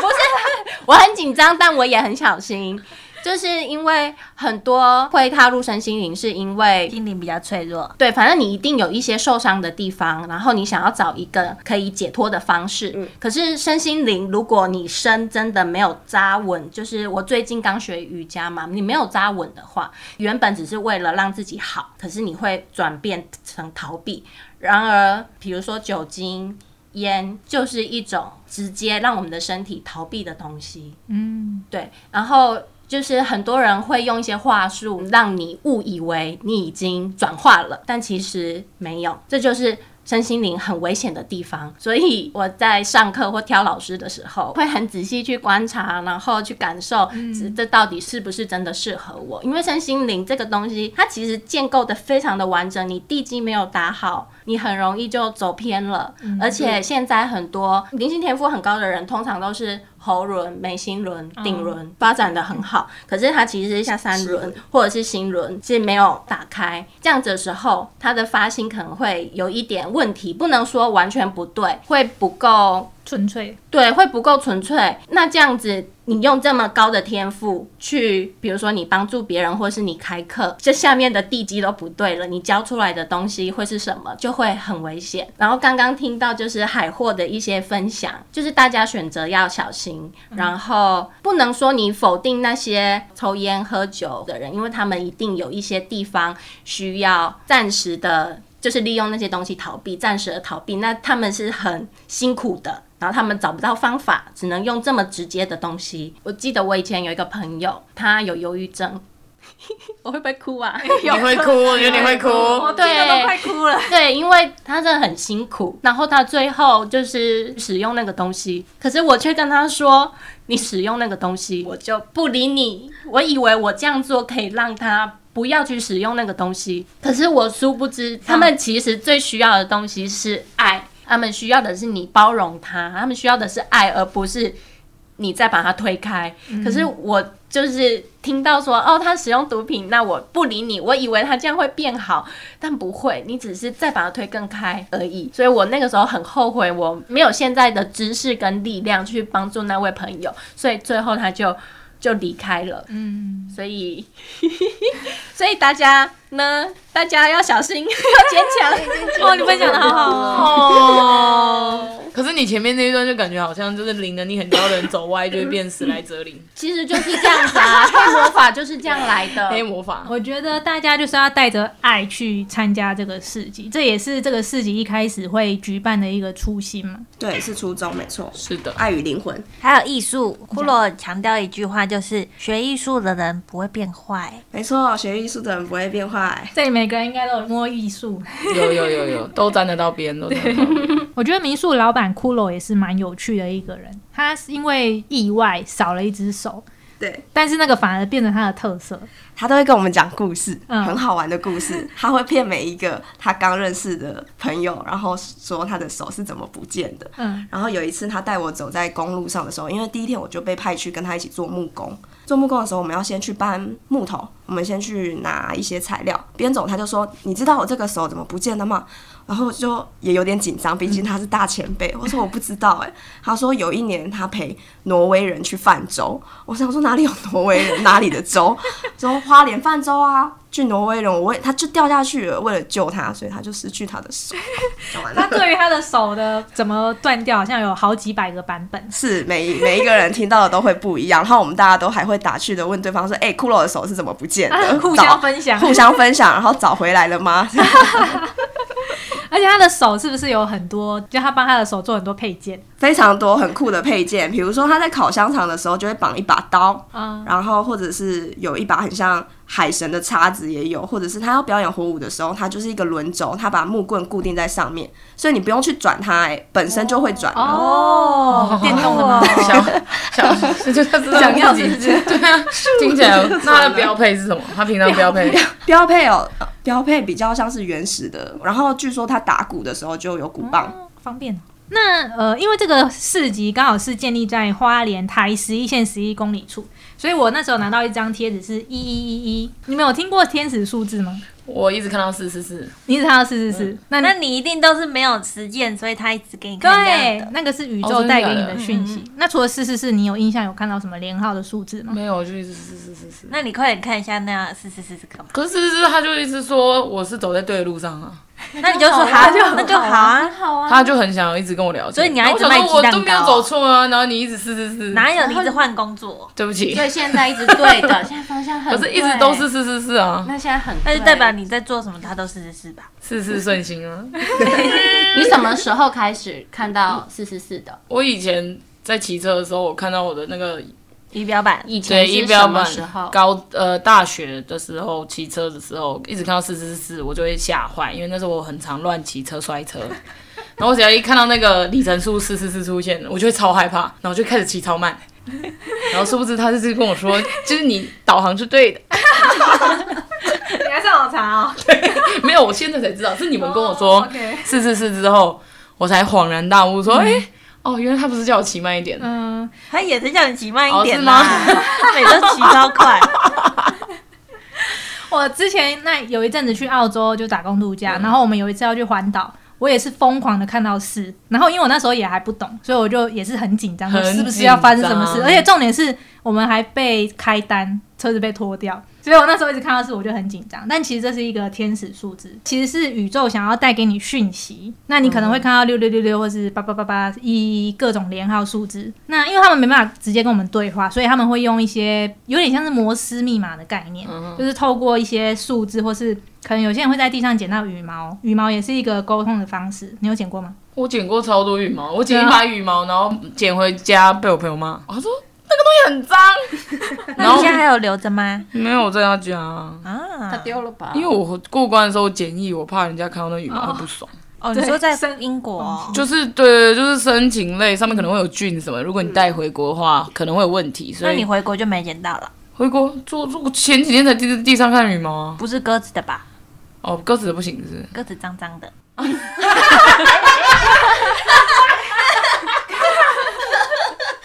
Speaker 6: 不是， 我很紧张，但我也很小心，就是因为很多会踏入身心灵，是因为
Speaker 2: 心灵比较脆弱。
Speaker 6: 对，反正你一定有一些受伤的地方，然后你想要找一个可以解脱的方式。可是身心灵，如果你身真的没有扎稳，就是我最近刚学瑜伽嘛，你没有扎稳的话，原本只是为了让自己好，可是你会转变成逃避。然而，比如说酒精、烟，就是一种直接让我们的身体逃避的东西。
Speaker 3: 嗯，
Speaker 6: 对，然后就是很多人会用一些话术让你误以为你已经转化了，但其实没有，这就是。身心灵很危险的地方，所以我在上课或挑老师的时候，会很仔细去观察，然后去感受，这这到底是不是真的适合我？因为身心灵这个东西，它其实建构的非常的完整，你地基没有打好，你很容易就走偏了。而且现在很多灵性天赋很高的人，通常都是喉轮、眉心轮、顶轮。发展的很好，可是它其实下三轮或者是新轮是没有打开，这样子的时候，它的发心可能会有一点问题，不能说完全不对，会不够
Speaker 3: 纯粹
Speaker 6: 对，会不够纯粹。那这样子，你用这么高的天赋去，比如说你帮助别人，或是你开课，这下面的地基都不对了，你教出来的东西会是什么，就会很危险。然后刚刚听到就是海货的一些分享，就是大家选择要小心，然后不能说你否定那些抽烟喝酒的人，因为他们一定有一些地方需要暂时的。就是利用那些东西逃避，暂时的逃避，那他们是很辛苦的，然后他们找不到方法，只能用这么直接的东西。我记得我以前有一个朋友，他有忧郁症， 我会不会哭啊？
Speaker 4: 你会 哭，我觉得你会哭。
Speaker 6: 对
Speaker 3: 听得都快哭了。
Speaker 6: 对，因为他真的很辛苦，然后到最后就是使用那个东西，可是我却跟他说：“你使用那个东西，我就不理你。”我以为我这样做可以让他不要去使用那个东西，可是我殊不知，他们其实最需要的东西是爱，他们需要的是你包容他，他们需要的是爱，而不是你再把它推开。
Speaker 3: 嗯
Speaker 6: 可是我就是听到说，哦，他使用毒品，那我不理你，我以为他这样会变好，但不会，你只是再把它推更开而已。所以我那个时候很后悔，我没有现在的知识跟力量去帮助那位朋友，所以最后他就就离开了。
Speaker 3: 嗯，
Speaker 6: 所以， 所以大家呢，大家要小心， 要坚强。哦，你分享的好好哦。
Speaker 4: 哦，可是你前面那一段就感觉好像就是领能力很高的人走歪就会变死来则灵，
Speaker 6: 其实就是这样子啊，黑魔法就是这样来的。
Speaker 4: 黑魔法。
Speaker 3: 我觉得大家就是要带着爱去参加这个市集，这也是这个市集一开始会举办的一个初心嘛。
Speaker 5: 对，是初中没错，
Speaker 4: 是的，
Speaker 5: 爱与灵魂。
Speaker 2: 还有艺术，骷髅强调一句话，就是学艺术的人不会变坏。
Speaker 5: 没错，学艺术的人不会变坏。
Speaker 3: 这里每个人应该都有摸艺术，
Speaker 4: 有有有有，都沾得到边，都沾得到边。
Speaker 3: 我觉得民宿老板骷髅也是蛮有趣的一个人，他是因为意外少了一只手，
Speaker 5: 对
Speaker 3: 但是那个反而变成他的特色。
Speaker 5: 他都会跟我们讲故事，
Speaker 3: 嗯
Speaker 5: 很好玩的故 事。他会骗每一个他刚认识的朋友，然后说他的手是怎么不见的。
Speaker 3: 嗯，
Speaker 5: 然后有一次，他带我走在公路上的时候，因为第一天我就被派去跟他一起做木工。做木工的时候，我们要先去搬木头，我们先去拿一些材料。边走他就说：“你知道我这个手怎么不见的吗？”然后就也有点紧张，毕竟他是大前辈。我说我不知道哎、他说有一年他陪挪威人去泛舟，我想说哪里有挪威人，哪里的舟？说花莲泛舟啊，去挪威人，我为他就掉下去了，为了救他，所以他就失去他的手。讲完
Speaker 3: 他
Speaker 5: 了，
Speaker 3: 对于他的手的怎么断掉，好像有好几百个版 本。
Speaker 5: 是每每一个人听到的都会不一样，然后我们大家都还会打趣的问对方说：“哎、骷髅的手是怎么不见的？”
Speaker 3: 互
Speaker 5: 呃找
Speaker 3: 相分享，
Speaker 5: 互相分享，然后找回来了吗？
Speaker 3: 而且他的手是不是有很多？就他帮他的手做很多配件
Speaker 5: 非常多很酷的配件，比如说他在烤香肠的时候就会绑一把刀，
Speaker 3: 啊、
Speaker 5: 然后或者是有一把很像海神的叉子也有，或者是他要表演火舞的时候，他就是一个轮轴，他把木棍固定在上面，所以你不用去转它、哎，本身就会转了。
Speaker 3: 哦，电动的吗？
Speaker 4: 小小，就他知道
Speaker 3: 想要
Speaker 4: 自
Speaker 3: 是
Speaker 4: 己
Speaker 3: 不是？
Speaker 4: 对啊，听起 来那它的标配是什么？它平常标配
Speaker 5: 标配哦，呃标配比较像是原始的，然后据说他打鼓的时候就有鼓棒，
Speaker 2: 哦
Speaker 3: 方
Speaker 4: 哦
Speaker 3: 便。那呃，因为这个市集刚好是建立在花莲台十一线十一公里处，所以我那时候拿到一张贴纸是一一一一。你们有听过天使数字吗？
Speaker 4: 我一直看到四四四，
Speaker 3: 你只看到四四四，
Speaker 4: 呃
Speaker 3: 那
Speaker 2: 那
Speaker 3: 你
Speaker 2: 你一定都是没有实践，所以他一直给你看这样
Speaker 3: 对
Speaker 2: 的。
Speaker 3: 那个是宇
Speaker 4: 哦
Speaker 3: 宙
Speaker 4: 真的
Speaker 3: 带给
Speaker 4: 假
Speaker 3: 你
Speaker 4: 的
Speaker 3: 的讯息。那除了四四四，你有印象有看到什么连号的数字吗？
Speaker 4: 没有，就一直四四四四。
Speaker 2: 那你快点看一下那样四四四这个嘛，
Speaker 4: 可是四四四，他就一直说我是走在对的路上啊，
Speaker 2: 那你就说好，那就好啊。
Speaker 6: 好啊，
Speaker 4: 他就很想要一直跟我聊天。
Speaker 2: 所以你要一直
Speaker 4: 然后我想说
Speaker 2: 卖鸡蛋糕
Speaker 4: 我都没有走错啊，然后你一直四四四，
Speaker 2: 哪有你一直换工 作？
Speaker 4: 对不起
Speaker 6: 所，以现在一直对的，现在方向很
Speaker 4: 可
Speaker 6: 对，
Speaker 4: 是一直都是四四四啊，
Speaker 6: 那现在很对，
Speaker 2: 那就代表你在做什么，他都四十四吧。
Speaker 4: 事事顺心啊。
Speaker 6: 你什么时候开始看到四四四的？
Speaker 4: 我以前在骑车的时候，我看到我的那个
Speaker 2: 仪表板，
Speaker 6: 以前
Speaker 4: 对
Speaker 6: 是
Speaker 4: 仪
Speaker 6: 什
Speaker 4: 表
Speaker 6: 么
Speaker 4: 板
Speaker 6: 时候？
Speaker 4: 高呃大学的时候骑车的时候，一直看到四四四，我就会吓坏，因为那时候我很常乱骑车摔车。 然后我只要一看到那个里程数四四四出现，我就会超害怕，然后就开始骑超慢。然后殊不知他就是跟我说，就是你导航是对的，
Speaker 3: 你还上网查 哦。
Speaker 4: 没有，我现在才知道是你们跟我
Speaker 6: 哦
Speaker 4: 说
Speaker 3: OK
Speaker 4: 四四四之后，我才恍然大悟，说
Speaker 6: 嗯
Speaker 4: 哎、诶哦，原来他不是叫我骑慢一点，
Speaker 3: 嗯，
Speaker 2: 他也是叫你骑慢一点
Speaker 4: 哦
Speaker 2: 啦，
Speaker 4: 是
Speaker 2: 每次都骑超 快。
Speaker 3: 我之前那有一阵子去澳洲就打工度
Speaker 4: 嗯
Speaker 3: 假，然后我们有一次要去环岛。我也是疯狂的看到四，然后因为我那时候也还不懂，所以我就也是很紧张，
Speaker 4: 很
Speaker 3: 说是不是要发生什么
Speaker 4: 紧
Speaker 3: 事？
Speaker 4: 张
Speaker 3: 而且重点是我们还被开单，车子被拖掉，所以我那时候一直看到四，我就很紧张。但其实这是一个天使数字，其实是宇宙想要带给你讯息。那你可能会看到六六六六，或是八八八八一各种连号数字。那因为他们没办法直接跟我们对话，所以他们会用一些有点像是摩斯密码的概念，
Speaker 4: 嗯
Speaker 3: 就是透过一些数字，或是可能有些人会在地上捡到羽毛，羽毛也是一个沟通的方式。你有捡过吗？
Speaker 4: 我剪过超多羽毛，我剪
Speaker 3: 对
Speaker 4: 一
Speaker 3: 啊
Speaker 4: 把羽毛，然后剪回家被我朋友骂，我说那个东西 很脏，
Speaker 2: 那
Speaker 4: 然
Speaker 2: 你
Speaker 4: 后
Speaker 2: 现在还有留着吗？
Speaker 4: 没有在他家，
Speaker 6: 他
Speaker 2: 啊，
Speaker 6: 丢了吧？
Speaker 4: 因为我过关的时候简易，我怕人家看到那羽毛会不爽，
Speaker 2: 哦，你说
Speaker 3: 对
Speaker 2: 在
Speaker 3: 生
Speaker 2: 英国哦，
Speaker 4: 就是对，就是申请类上面可能会有菌什么，如果你带回国的话可能会有问题，所
Speaker 2: 那你
Speaker 4: 以
Speaker 2: 回国就没捡到了，
Speaker 4: 回国做做前几天才第地上看羽毛啊，
Speaker 2: 不是鸽子的吧？
Speaker 4: 哦，鸽子的不行是不是。
Speaker 2: 鸽子脏脏的，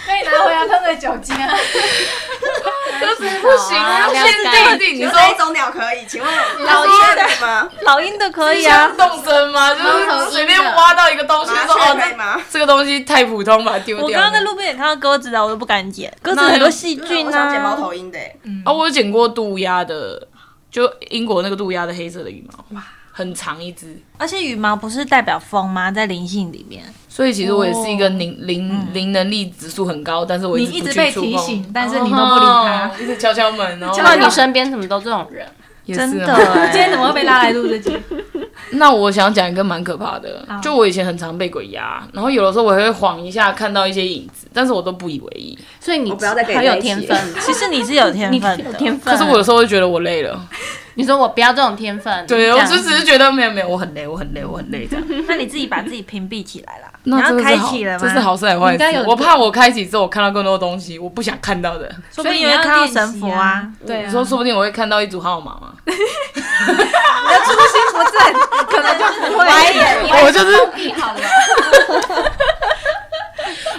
Speaker 3: 可以拿回来喷个酒精啊！
Speaker 4: 鸽子啊不行，要限定一定。你
Speaker 5: 哪一
Speaker 4: 说
Speaker 5: 种鸟可以？请问
Speaker 6: 老
Speaker 5: 鹰的吗？
Speaker 2: 老鹰的可以啊
Speaker 4: 像。动身吗？就是随便挖到一个东西
Speaker 5: 麻
Speaker 4: 说哦，
Speaker 5: 雀可以
Speaker 4: 这
Speaker 5: 吗？
Speaker 4: 这个东西太普通，把它丢掉。
Speaker 2: 我刚刚在路边也看到鸽子啊，我都不敢捡，鸽子很多细菌
Speaker 5: 我想剪猫
Speaker 2: 啊。
Speaker 5: 头鹰的、欸，
Speaker 4: 啊，我有剪过渡鸦的，就英国那个渡鸦的黑色的羽毛，哇，很长一只。
Speaker 2: 而且羽毛不是代表风吗？在灵性里面，
Speaker 4: 所以其实我也是一个零零零能力指数很高，但是我
Speaker 3: 哦嗯你
Speaker 4: 直
Speaker 3: 一
Speaker 4: 不
Speaker 3: 直
Speaker 4: 去
Speaker 3: 被
Speaker 4: 触
Speaker 3: 提
Speaker 4: 碰
Speaker 3: 醒，但是你都不理他。
Speaker 4: 哦一直敲敲门，然后
Speaker 6: 不然你身边怎么都这种人？
Speaker 4: 也
Speaker 2: 真
Speaker 4: 是
Speaker 2: 的
Speaker 4: 啊。
Speaker 3: 今天
Speaker 2: 欸。
Speaker 3: 怎么会被拉来录这集？
Speaker 4: 那我想讲一个蛮可怕的，就我以前很常被鬼压，然后有的时候我还会晃一下看到一些影子，但是我都不以为意。
Speaker 6: 所以你
Speaker 5: 我不要再给
Speaker 6: 很有
Speaker 5: 你
Speaker 6: 天
Speaker 5: 一起
Speaker 6: 分，
Speaker 2: 其实你是有天
Speaker 6: 你
Speaker 2: 分
Speaker 6: 有
Speaker 2: 的，
Speaker 6: 天分。
Speaker 4: 可是我有时候会觉得我累了，
Speaker 6: 你说我不要这种天分，
Speaker 4: 对，
Speaker 6: 这
Speaker 4: 我
Speaker 6: 样
Speaker 4: 就只是觉得没有没有，我很累，我很累，我很累这 样。
Speaker 2: 那你自己把自己屏蔽起来啦。你
Speaker 4: 那
Speaker 2: 要
Speaker 4: 这个
Speaker 2: 开
Speaker 4: 是好
Speaker 2: 启了吗？
Speaker 4: 这是好事还是坏
Speaker 6: 应该
Speaker 4: 事
Speaker 6: 有？
Speaker 4: 我怕我开启之后，我看到更多东西，我不想看到的。
Speaker 2: 说不定你会看到神佛啊。
Speaker 3: 对啊，
Speaker 4: 你说说不定我会看到一组号码嘛？
Speaker 3: 可能就不
Speaker 6: 白
Speaker 3: 会。
Speaker 6: 眼，
Speaker 4: 我就是
Speaker 6: 封闭 好了。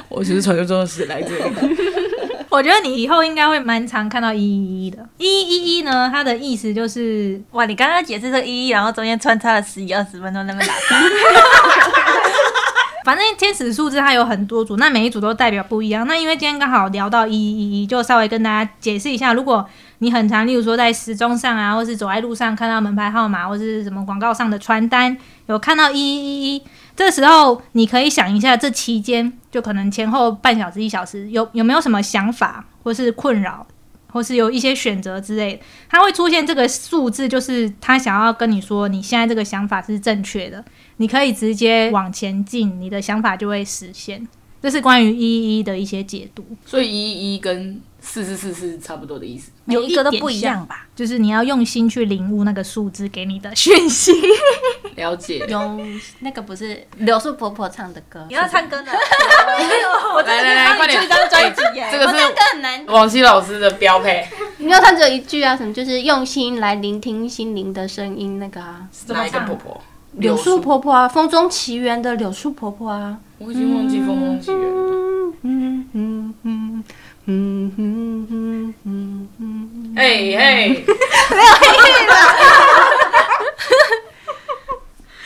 Speaker 4: 我其实传说中的是来这里的。
Speaker 3: 我觉得你以后应该会蛮常看到一一一的。一一一呢，它的意思就是
Speaker 2: 哇，你刚刚解释这个意义，然后中间穿插了十几二十分钟在那边打岔，
Speaker 3: 反正天使数字它有很多组，那每一组都代表不一样。那因为今天刚好聊到一一一，就稍微跟大家解释一下，如果你很常，例如说在时钟上啊，或是走在路上看到门牌号码，或是什么广告上的传单，有看到一一一，这时候你可以想一下，这期间就可能前后半小时、一小时，有有没有什么想法或是困扰？或是有一些选择之类的，它会出现这个数字，就是他想要跟你说，你现在这个想法是正确的，你可以直接往前进，你的想法就会实现。这是关于一一的一些解读，
Speaker 4: 所以一一跟四四四是差不多的意思。
Speaker 2: 每一个都不
Speaker 3: 有
Speaker 2: 一
Speaker 3: 点像
Speaker 2: 样吧？
Speaker 3: 就是你要用心去领悟那个数字给你的讯息。
Speaker 4: 了解。
Speaker 6: 用那个不是柳树婆婆唱的歌，
Speaker 2: 你要唱歌呢？
Speaker 4: 来来来，快点！哎这个
Speaker 6: 我唱
Speaker 4: 是
Speaker 6: 歌很难，
Speaker 4: 王希老师的标配，
Speaker 6: 你要唱只有一句啊，什么就是用心来聆听心灵的声音那个啊，
Speaker 4: 是哪一个婆婆？
Speaker 6: 柳树。婆婆啊，风中奇缘的柳树婆婆啊，
Speaker 4: 我已经忘记风风起源了。
Speaker 6: 嗯嗯嗯嗯嗯嗯嗯嗯，
Speaker 4: 嘿嘿，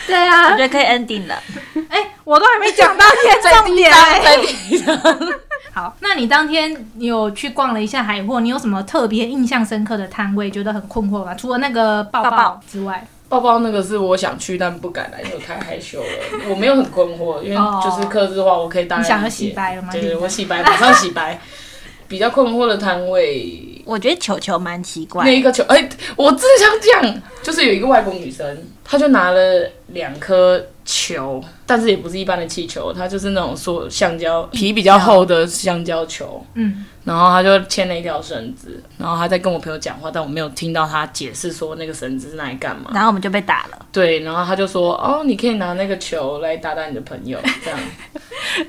Speaker 6: 对
Speaker 2: 我
Speaker 6: 啊
Speaker 2: 觉，得可以 ending 了。
Speaker 3: 哎、我都还没讲到你的重点、
Speaker 4: 在地上。
Speaker 3: 好，那你当天你有去逛了一下海货，你有什么特别印象深刻的摊位，觉得很困惑吗？除了那个抱
Speaker 2: 抱抱
Speaker 3: 抱之外，
Speaker 4: 抱抱那个是我想去但不敢来，因为我太害羞了。我没有很困惑，因为
Speaker 3: 哦
Speaker 4: 就是克制化，我可以大概
Speaker 3: 你想要
Speaker 4: 理解
Speaker 3: 洗白了吗
Speaker 4: 对
Speaker 3: 你
Speaker 4: 对，
Speaker 3: 的
Speaker 4: 我洗白，马上洗白。比较困惑的摊位，
Speaker 2: 我觉得球球蛮奇
Speaker 4: 那
Speaker 2: 怪，
Speaker 4: 一个球，哎、我正想讲，就是有一个外国女生，她就拿了两颗球，但是也不是一般的气球，她就是那种塑橡胶皮比较厚的橡胶球，
Speaker 3: 嗯，
Speaker 4: 然后她就牵了一条绳子，然后她在跟我朋友讲话，但我没有听到她解释说那个绳子是拿来干嘛。
Speaker 2: 然后我们就被打了。
Speaker 4: 对，然后他就说：“哦，你可以拿那个球来打打你的朋 友，这样。”
Speaker 3: 啊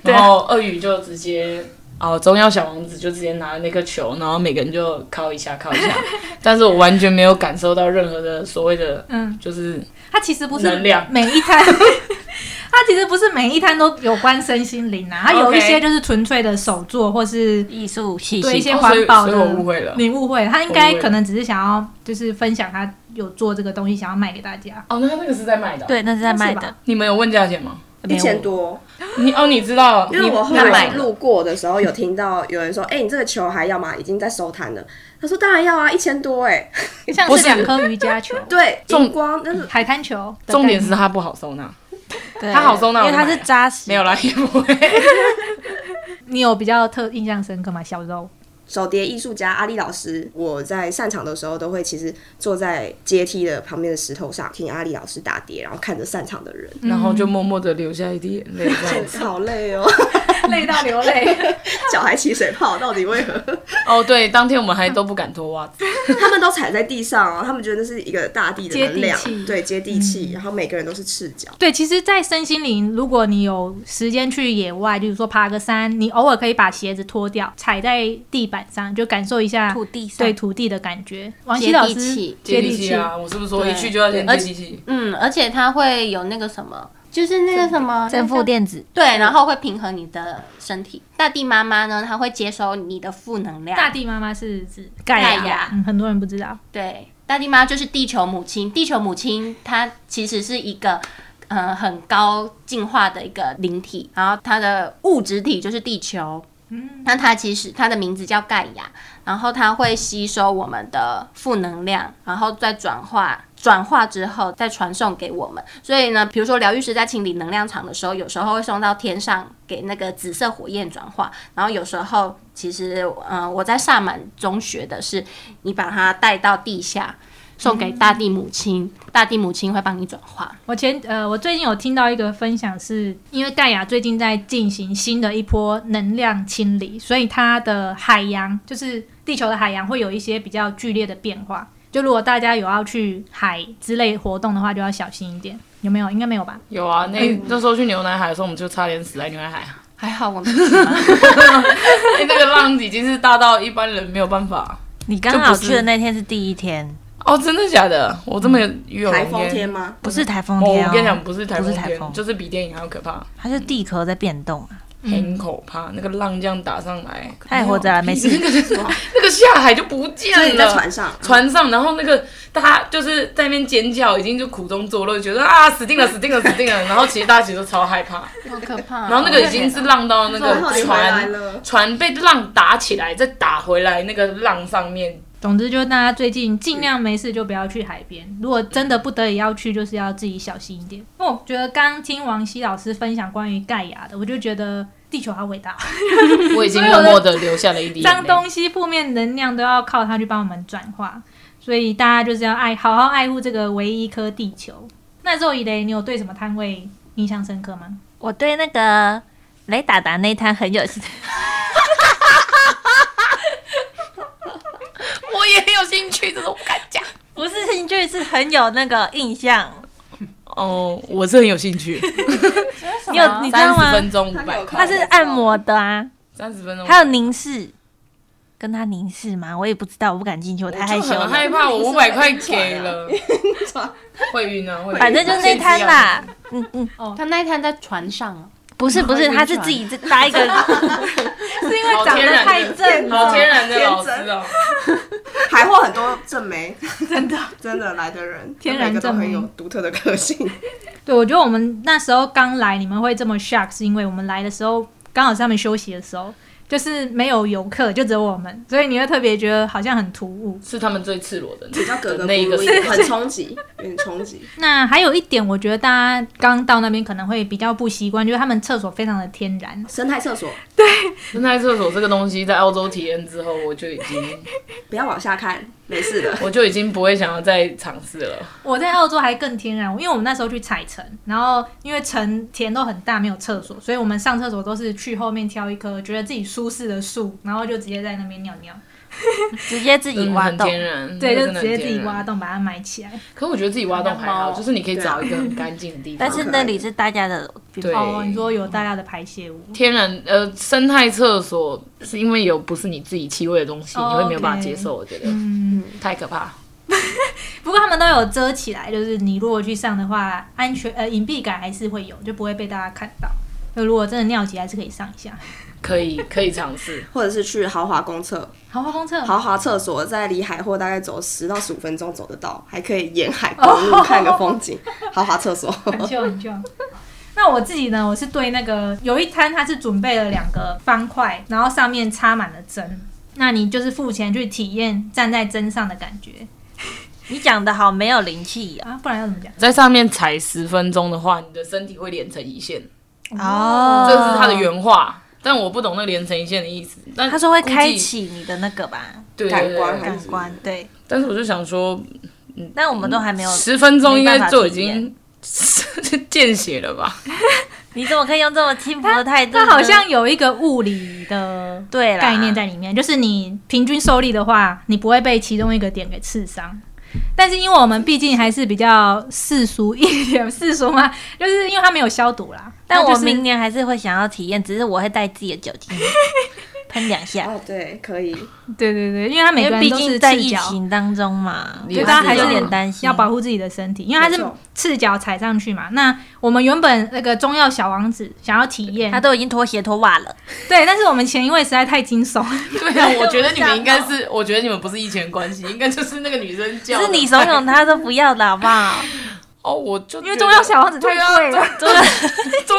Speaker 4: 然后鳄鱼就直接哦，中药小王子就直接拿了那个球，然后每个人就敲一下敲一下， 但是我完全没有感受到任何的所谓的
Speaker 3: 嗯，
Speaker 4: 就是
Speaker 3: 它其实不是
Speaker 4: 能量
Speaker 3: 每一摊， 它其实不是每一摊都有关身心灵啊，它有一
Speaker 4: OK
Speaker 3: 些就是纯粹的手作或是
Speaker 2: 艺术系
Speaker 3: 对一些
Speaker 4: 哦
Speaker 3: 环保的。
Speaker 4: 所以所以我误会了
Speaker 3: 你误会了，他应
Speaker 4: 我误
Speaker 3: 该
Speaker 4: 会了
Speaker 3: 可能只是想要就是分享他有做这个东西，想要卖给大家。
Speaker 4: 哦，那他那个是在卖的哦、
Speaker 2: 对，那是在卖
Speaker 3: 是
Speaker 2: 的
Speaker 3: 吧，
Speaker 4: 你们有问价钱吗？
Speaker 2: 没
Speaker 5: 一
Speaker 2: 有
Speaker 5: 千多，
Speaker 4: 你哦，你知道，
Speaker 5: 因为我后
Speaker 4: 你
Speaker 5: 来
Speaker 4: 买了
Speaker 5: 路过的时候有听到有人说：“哎、你这个球还要吗？已经在收摊了。”他说：“当然要啊，一千多哎、、
Speaker 3: 像
Speaker 4: 不
Speaker 3: 是
Speaker 4: 是
Speaker 3: 两颗瑜伽球
Speaker 5: 对，
Speaker 4: 重
Speaker 5: 荧光，但是
Speaker 3: 海滩球的概念。
Speaker 4: 重点是它不好收纳，
Speaker 2: 对
Speaker 4: 它好收纳
Speaker 2: 因为
Speaker 4: 我就
Speaker 2: 它
Speaker 4: 买了，
Speaker 2: 是扎实。
Speaker 4: 没有啦，也不会。
Speaker 3: 你有比较特印象深刻吗？小柔，
Speaker 5: 手碟艺术家阿丽老师，我在散场的时候都会其实坐在阶梯的旁边的石头上听阿丽老师打碟，然后看着散场的 人，
Speaker 3: 嗯
Speaker 4: 然后就默默的流下一滴眼泪，这样子。
Speaker 5: 好累哦，
Speaker 3: 累到流泪。
Speaker 5: 脚还起水泡，到底为何？
Speaker 4: 哦，对，当天我们还都不敢脱袜子。
Speaker 5: 他们都踩在地上哦，他们觉得那是一个大地的能量
Speaker 3: 接地气，
Speaker 5: 对，接地
Speaker 4: 嗯
Speaker 5: 气，然后每个人都是赤脚。
Speaker 3: 对，其实，在身心灵，如果你有时间去野外，比如说爬个山，你偶尔可以把鞋子脱掉，踩在地板上，就感受一下
Speaker 2: 土地上
Speaker 3: 对土地的感觉。王
Speaker 6: 接
Speaker 3: 希老
Speaker 6: 地
Speaker 3: 师
Speaker 6: 气
Speaker 4: 接
Speaker 3: 地
Speaker 4: 地
Speaker 3: 气
Speaker 4: 气啊！我是不是说
Speaker 6: 对
Speaker 4: 一去就要先接
Speaker 6: 而
Speaker 4: 地气？
Speaker 6: 嗯，而且它会有那个什么，就是那个什么
Speaker 2: 正负
Speaker 6: 电。
Speaker 2: 电子，
Speaker 6: 对，然后会平衡你的身体。大地妈妈呢，她会接收你的负能量。
Speaker 3: 大地妈妈是指盖亚，
Speaker 6: 盖亚
Speaker 3: 嗯，很多人不知道。
Speaker 6: 对，大地妈就是地球母亲。地球母亲她其实是一个。呃，很高进化的一个灵体，然后它的物质体就是地球。那它其实它的名字叫盖亚，然后它会吸收我们的负能量，然后再转化，转化之后再传送给我们。所以呢，比如说疗愈师在清理能量场的时候，有时候会送到天上给那个紫色火焰转化，然后有时候其实，嗯、我在萨满中学的是你把它带到地下，送给大地母亲，大地母亲会帮你转化。
Speaker 3: 我前呃，我最近有听到一个分享是，因为盖亚最近在进行新的一波能量清理，所以它的海洋就是地球的海洋会有一些比较剧烈的变化。就如果大家有要去海之类活动的话，就要小心一点。有没有？应该没有吧？
Speaker 4: 有啊，那那时候去牛奶海的时候，我们就差点死在牛奶海啊！
Speaker 6: 还好我们没
Speaker 4: 哎 那个浪已经是大到一般人没有办法。
Speaker 2: 你刚
Speaker 4: 就
Speaker 2: 好
Speaker 4: 不是
Speaker 2: 去的那天是第一天，
Speaker 4: 哦，真的假的？我这么有
Speaker 5: 台风天？吗？
Speaker 2: 不是台风
Speaker 4: 哦，
Speaker 2: 天、哦，
Speaker 4: 我跟你讲，不是台
Speaker 2: 不
Speaker 4: 风
Speaker 2: 是台
Speaker 4: 天，
Speaker 2: 风
Speaker 4: 就是比电影还要可怕。
Speaker 2: 它是地壳在变动啊。
Speaker 4: 很可怕，那个浪这样打上来，
Speaker 2: 他还活着啊没事
Speaker 4: 那个那个下海就不见
Speaker 5: 所以
Speaker 4: 了。
Speaker 5: 你在船上，
Speaker 4: 哦船上，然后那个大家就是在那边尖叫，已经就苦中作乐，觉得啊死定了，死定了，死定了。然后其实大家其实都超害怕，
Speaker 6: 好可怕哦。
Speaker 4: 然后那个已经是浪到那
Speaker 5: 然后
Speaker 4: 个
Speaker 5: 你回来
Speaker 4: 船
Speaker 5: 了，
Speaker 4: 船被浪打起来，再打回来那个浪上面。
Speaker 3: 总之，就是大家最近尽量没事就不要去海边。如果真的不得已要去，就是要自己小心一点。那我觉得刚听王希老师分享关于盖亚的，我就觉得地球好伟大，
Speaker 4: 我已经默默的流下了一滴
Speaker 3: 脏
Speaker 4: 眼泪。
Speaker 3: 东西、负面能量都要靠它去帮我们转化。所以大家就是要爱，好好爱护这个唯一一颗地球。那肉以雷，你有对什么摊位印象深刻吗？
Speaker 2: 我对那个雷达达那一摊很有兴趣，
Speaker 4: 我也很有兴趣，这是我不敢讲。
Speaker 2: 不是兴趣，是很有那个印象。
Speaker 4: 哦，我是很有兴趣。
Speaker 2: 你有你知
Speaker 4: 三
Speaker 2: 道
Speaker 4: 十
Speaker 2: 吗？
Speaker 4: 分钟五百
Speaker 5: 他
Speaker 4: 块，
Speaker 2: 它是按摩的啊，
Speaker 4: 三十分钟，
Speaker 2: 还有凝视，跟他凝视吗？我也不知道，我不敢进去，我太害
Speaker 4: 我
Speaker 2: 羞
Speaker 4: 就很
Speaker 2: 了。
Speaker 4: 害怕，我五百块给了，会晕啊，会晕。
Speaker 2: 反正就是那摊啦，嗯嗯，
Speaker 6: 他那一摊在船上啊，
Speaker 2: 不是不是，他是自己搭一个，
Speaker 3: 是因
Speaker 4: 好
Speaker 3: 为长
Speaker 4: 天
Speaker 3: 得
Speaker 4: 然
Speaker 3: 太正
Speaker 4: 好
Speaker 3: 了，
Speaker 4: 天然的老师哦。
Speaker 5: 海货很多 正妹，真的真的来的人，
Speaker 3: 天然
Speaker 5: 每个都
Speaker 3: 正妹
Speaker 5: 很有独特的个性。
Speaker 3: 对，我觉得我们那时候刚来，你们会这么 shock，是因为我们来的时候刚好是他们休息的时候，就是没有游客，就只有我们，所以你会特别觉得好像很突兀。
Speaker 4: 是他们最赤裸的，
Speaker 5: 比较格格不
Speaker 4: 那一个
Speaker 5: 入，
Speaker 4: 是
Speaker 5: 很冲击， 有点冲击。
Speaker 3: 那还有一点，我觉得大家刚到那边可能会比较不习惯，就是他们厕所非常的天然，
Speaker 5: 生态厕所，
Speaker 4: 生态厕所这个东西，在澳洲体验之后，我就已经。
Speaker 5: 不要往下看，没事的
Speaker 4: 我就已经不会想要再尝试了。
Speaker 3: 我在澳洲还更天然，因为我们那时候去采橙，然后因为橙田都很大，没有厕所，所以我们上厕所都是去后面挑一棵觉得自己舒适的树，然后就直接在那边尿尿，
Speaker 2: 直接自己
Speaker 4: 嗯
Speaker 2: 挖
Speaker 4: 很
Speaker 2: 洞。
Speaker 4: 天然，
Speaker 3: 对，
Speaker 4: 那
Speaker 3: 就
Speaker 4: 个真的
Speaker 3: 直
Speaker 4: 很
Speaker 3: 接自己
Speaker 4: 天然
Speaker 3: 挖。洞把它埋起来。
Speaker 4: 可我觉得自己挖洞还
Speaker 6: 像
Speaker 4: 好，
Speaker 6: 猫
Speaker 4: 就是你可以找一个很干净的地方。
Speaker 2: 但是那里是大家的地方，
Speaker 4: 对
Speaker 3: 哦，你说有大家的排泄物，
Speaker 4: 天然呃生态厕所，是因为有不是你自己气味的东西，
Speaker 3: 哦
Speaker 4: 你会没
Speaker 3: OK
Speaker 4: 有办法接受。我觉得
Speaker 3: 嗯。
Speaker 4: 太可怕。
Speaker 3: 不过他们都有遮起来，就是你如果去上的话，安全呃隐蔽感还是会有，就不会被大家看到。那如果真的尿急，还是可以上一下。
Speaker 4: 可以可以尝试，
Speaker 5: 或者是去豪华公厕、
Speaker 3: 豪华公厕，
Speaker 5: 豪华厕所，在离海货大概走十到十五分钟走得到，还可以沿海公路看个 风景。豪华厕所，
Speaker 3: 哦很 旧很旧。那我自己呢，我是对那个有一摊，它是准备了两个方块，然后上面插满了针，那你就是付钱去体验站在针上的感觉
Speaker 2: 你讲的好没有灵气哦
Speaker 3: 啊，不然要怎么讲？
Speaker 4: 在上面踩十分钟的话，你的身体会连成一线，
Speaker 2: 哦
Speaker 4: 这是他的原话。但我不懂那连成一线的意思。但
Speaker 2: 他说会
Speaker 4: 估计
Speaker 2: 开启你的那个吧，
Speaker 4: 对
Speaker 5: 感官
Speaker 4: 对对嗯
Speaker 5: 还
Speaker 2: 感
Speaker 5: 是
Speaker 2: 官对。
Speaker 4: 但是我就想说，
Speaker 2: 但我们都还没有，
Speaker 4: 十分钟应该就已
Speaker 2: 没办
Speaker 4: 经 见血了吧？
Speaker 2: 你怎么可以用这么轻浮的态度呢？
Speaker 3: 它好像有一个物理的
Speaker 2: 对啦
Speaker 3: 概念在里面，就是你平均受力的话，你不会被其中一个点给刺伤。但是因为我们毕竟还是比较世俗一点，世俗嘛，就是因为它没有消毒啦。
Speaker 2: 但
Speaker 3: 它
Speaker 2: 我
Speaker 3: 就是
Speaker 2: 明年还是会想要体验，只是我会带自己的酒精喷两下，
Speaker 5: 哦，对，可以。
Speaker 3: 对对对，因为它 每
Speaker 2: 因
Speaker 3: 个
Speaker 2: 为
Speaker 3: 人
Speaker 2: 毕
Speaker 3: 都是
Speaker 2: 竟在
Speaker 3: 赤
Speaker 2: 疫
Speaker 3: 脚，
Speaker 2: 情当中嘛，
Speaker 4: 也
Speaker 3: 对
Speaker 4: 是啊
Speaker 3: 大家还
Speaker 2: 是
Speaker 3: 是
Speaker 2: 有点担心，
Speaker 3: 要保护自己的身体，因为它
Speaker 5: 没
Speaker 3: 是
Speaker 5: 错
Speaker 3: 赤脚踩上去嘛。那我们原本那个中药小王子想要体验
Speaker 2: 他，都已经脱鞋脱袜了，
Speaker 3: 对，但是我们前一位实在太惊悚，
Speaker 4: 对啊， 我觉得你们应该是，我觉得你们不是一钱关系，应该就是那个女生
Speaker 2: 只
Speaker 4: 叫的。
Speaker 2: 是你怂恿他都不要的好不好？
Speaker 4: 哦，我就因
Speaker 3: 因为中药小王子太贵了。
Speaker 4: 中药啊中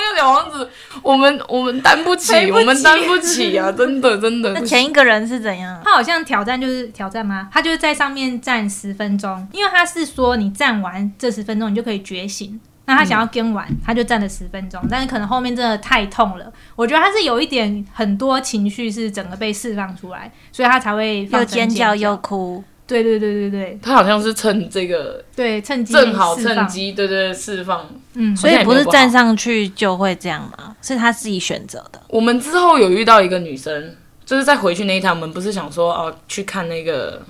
Speaker 4: 药小王子，我们我们担不起，
Speaker 3: 赔不起
Speaker 4: 我们担不起啊！ 真的真的
Speaker 2: 那，前一个人是怎样？
Speaker 3: 他好像挑战就是挑战吗？他就是在上面站十分钟，因为他是说你站完这十分钟，你就可以觉醒。那他
Speaker 2: 嗯
Speaker 3: 想要跟完，他就站了十分钟，但是可能后面真的太痛了。我觉得他是有一点很多情绪是整个被释放出来，所以他才会放
Speaker 2: 又
Speaker 3: 声
Speaker 2: 尖
Speaker 3: 叫
Speaker 2: 叫又哭，
Speaker 3: 对对对对对
Speaker 4: 他好像是趁这个
Speaker 3: 对，趁机
Speaker 4: 正好
Speaker 3: 释放
Speaker 4: 趁，机，对对对，释放。
Speaker 3: 嗯，
Speaker 2: 所以不是站
Speaker 4: 上。
Speaker 2: 上去就会这样吗？是他自己选择的。
Speaker 4: 我们之后有遇到一个女生，就是在回去那一趟，我们不是想说哦，去看那个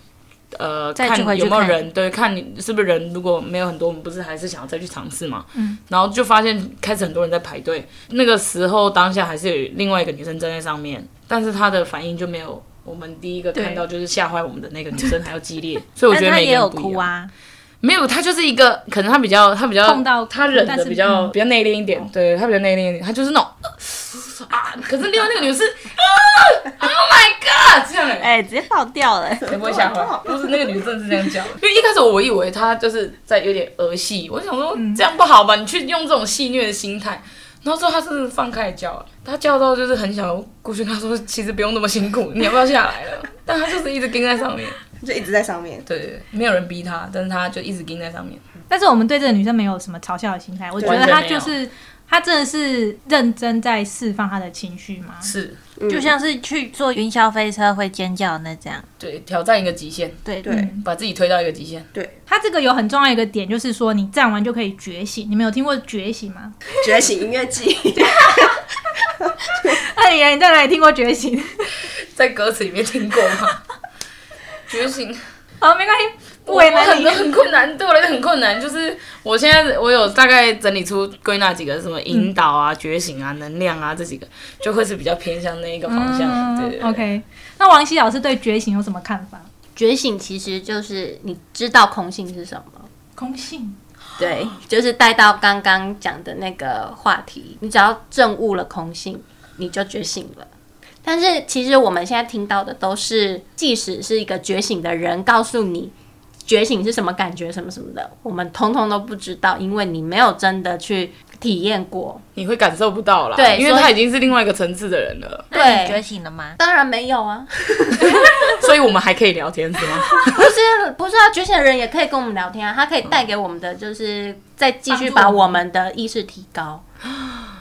Speaker 4: 呃，
Speaker 2: 再去
Speaker 4: 看
Speaker 2: 回去
Speaker 4: 有没有
Speaker 2: 看
Speaker 4: 人，对，看你是不是人，如果没有很多，我们不是还是想要再去尝试嘛。嗯。然后就发现开始很多人在排队，那个时候当下还是有另外一个女生站在上面，但是她的反应就没有。我们第一个
Speaker 3: 对
Speaker 4: 看到就是吓坏我们的那个女生还要 激烈，所以我
Speaker 2: 但
Speaker 4: 觉得
Speaker 2: 他
Speaker 4: 每
Speaker 2: 也
Speaker 4: 个人
Speaker 2: 有
Speaker 4: 不一
Speaker 2: 哭
Speaker 4: 样。
Speaker 2: 啊，
Speaker 4: 没有，她就是一个可能她比较她比较
Speaker 3: 痛到哭
Speaker 4: 她忍
Speaker 3: 但
Speaker 4: 的
Speaker 3: 是
Speaker 4: 比较
Speaker 3: 嗯
Speaker 4: 哦 比较内敛一点，对她比较内敛一点，她就是那种呃啊可是另外那个女的是啊，Oh my God，这样哎、
Speaker 2: 哎、直接爆掉了。
Speaker 4: 欸，不会吓坏，不是那个女的真的是这样叫， 因为一开始我以为她就是在有点儿戏，我想说这样不好吧，你去用这种戏虐的心态。然后之后她真的放开叫了，她叫到就是很想过去跟她说，其实不用那么辛 苦，你要不要下来了？但她就是一直跟在上面，
Speaker 5: 就一直在上面。
Speaker 4: 对对对，没有人逼她，但是她就一直跟在上面。
Speaker 3: 但是我们对这个女生没有什么嘲笑的心态，我觉得她就是她真的是认真在释放她的情绪嘛。
Speaker 4: 是
Speaker 2: 就像是去坐云霄飞车会尖叫那这样。
Speaker 4: 对，挑战一个极限，
Speaker 3: 嗯
Speaker 2: 对
Speaker 5: 对
Speaker 4: 把自己推到一个极限。
Speaker 3: 她这个有很重要一个点，就是说你站完就可以觉醒。你们有听过觉醒吗？
Speaker 5: 觉醒音乐季，
Speaker 3: 那哎你你在哪里听过觉醒？
Speaker 4: 在歌词里面听过吗？ 觉醒，
Speaker 3: 好，没关系，不
Speaker 4: 我
Speaker 3: 为难
Speaker 4: 很
Speaker 3: 你。
Speaker 4: 很困难，对我来说很困难。就是我现在我有大概整理出归纳几个什么
Speaker 6: 嗯
Speaker 4: 引导啊、觉醒啊、能量啊这几个，就会是比较偏向那一个方向。
Speaker 6: 嗯
Speaker 4: 对对对
Speaker 3: 嗯 OK，那王希老师对觉醒有什么看法？
Speaker 6: 觉醒其实就是你知道空性是什么，
Speaker 3: 空性，
Speaker 6: 对，就是带到刚刚讲的那个话题，你只要证悟了空性，你就觉醒了。但是其实我们现在听到的都是，即使是一个觉醒的人告诉你觉醒是什么感觉、什么什么的，我们通通都不知道，因为你没有真的去体验过。
Speaker 4: 你会感受不到啦，
Speaker 6: 对
Speaker 4: 因为
Speaker 6: 所以
Speaker 4: 他已经是另外一个层次的人了，
Speaker 2: 那你觉
Speaker 6: 对
Speaker 2: 醒了吗？
Speaker 6: 当然没有啊，
Speaker 4: 所以我们还可以聊天是吗？
Speaker 6: 不是不是啊，觉醒的人也可以跟我们聊天啊，他可以带给我们的就是再继续把我们的意识提 高，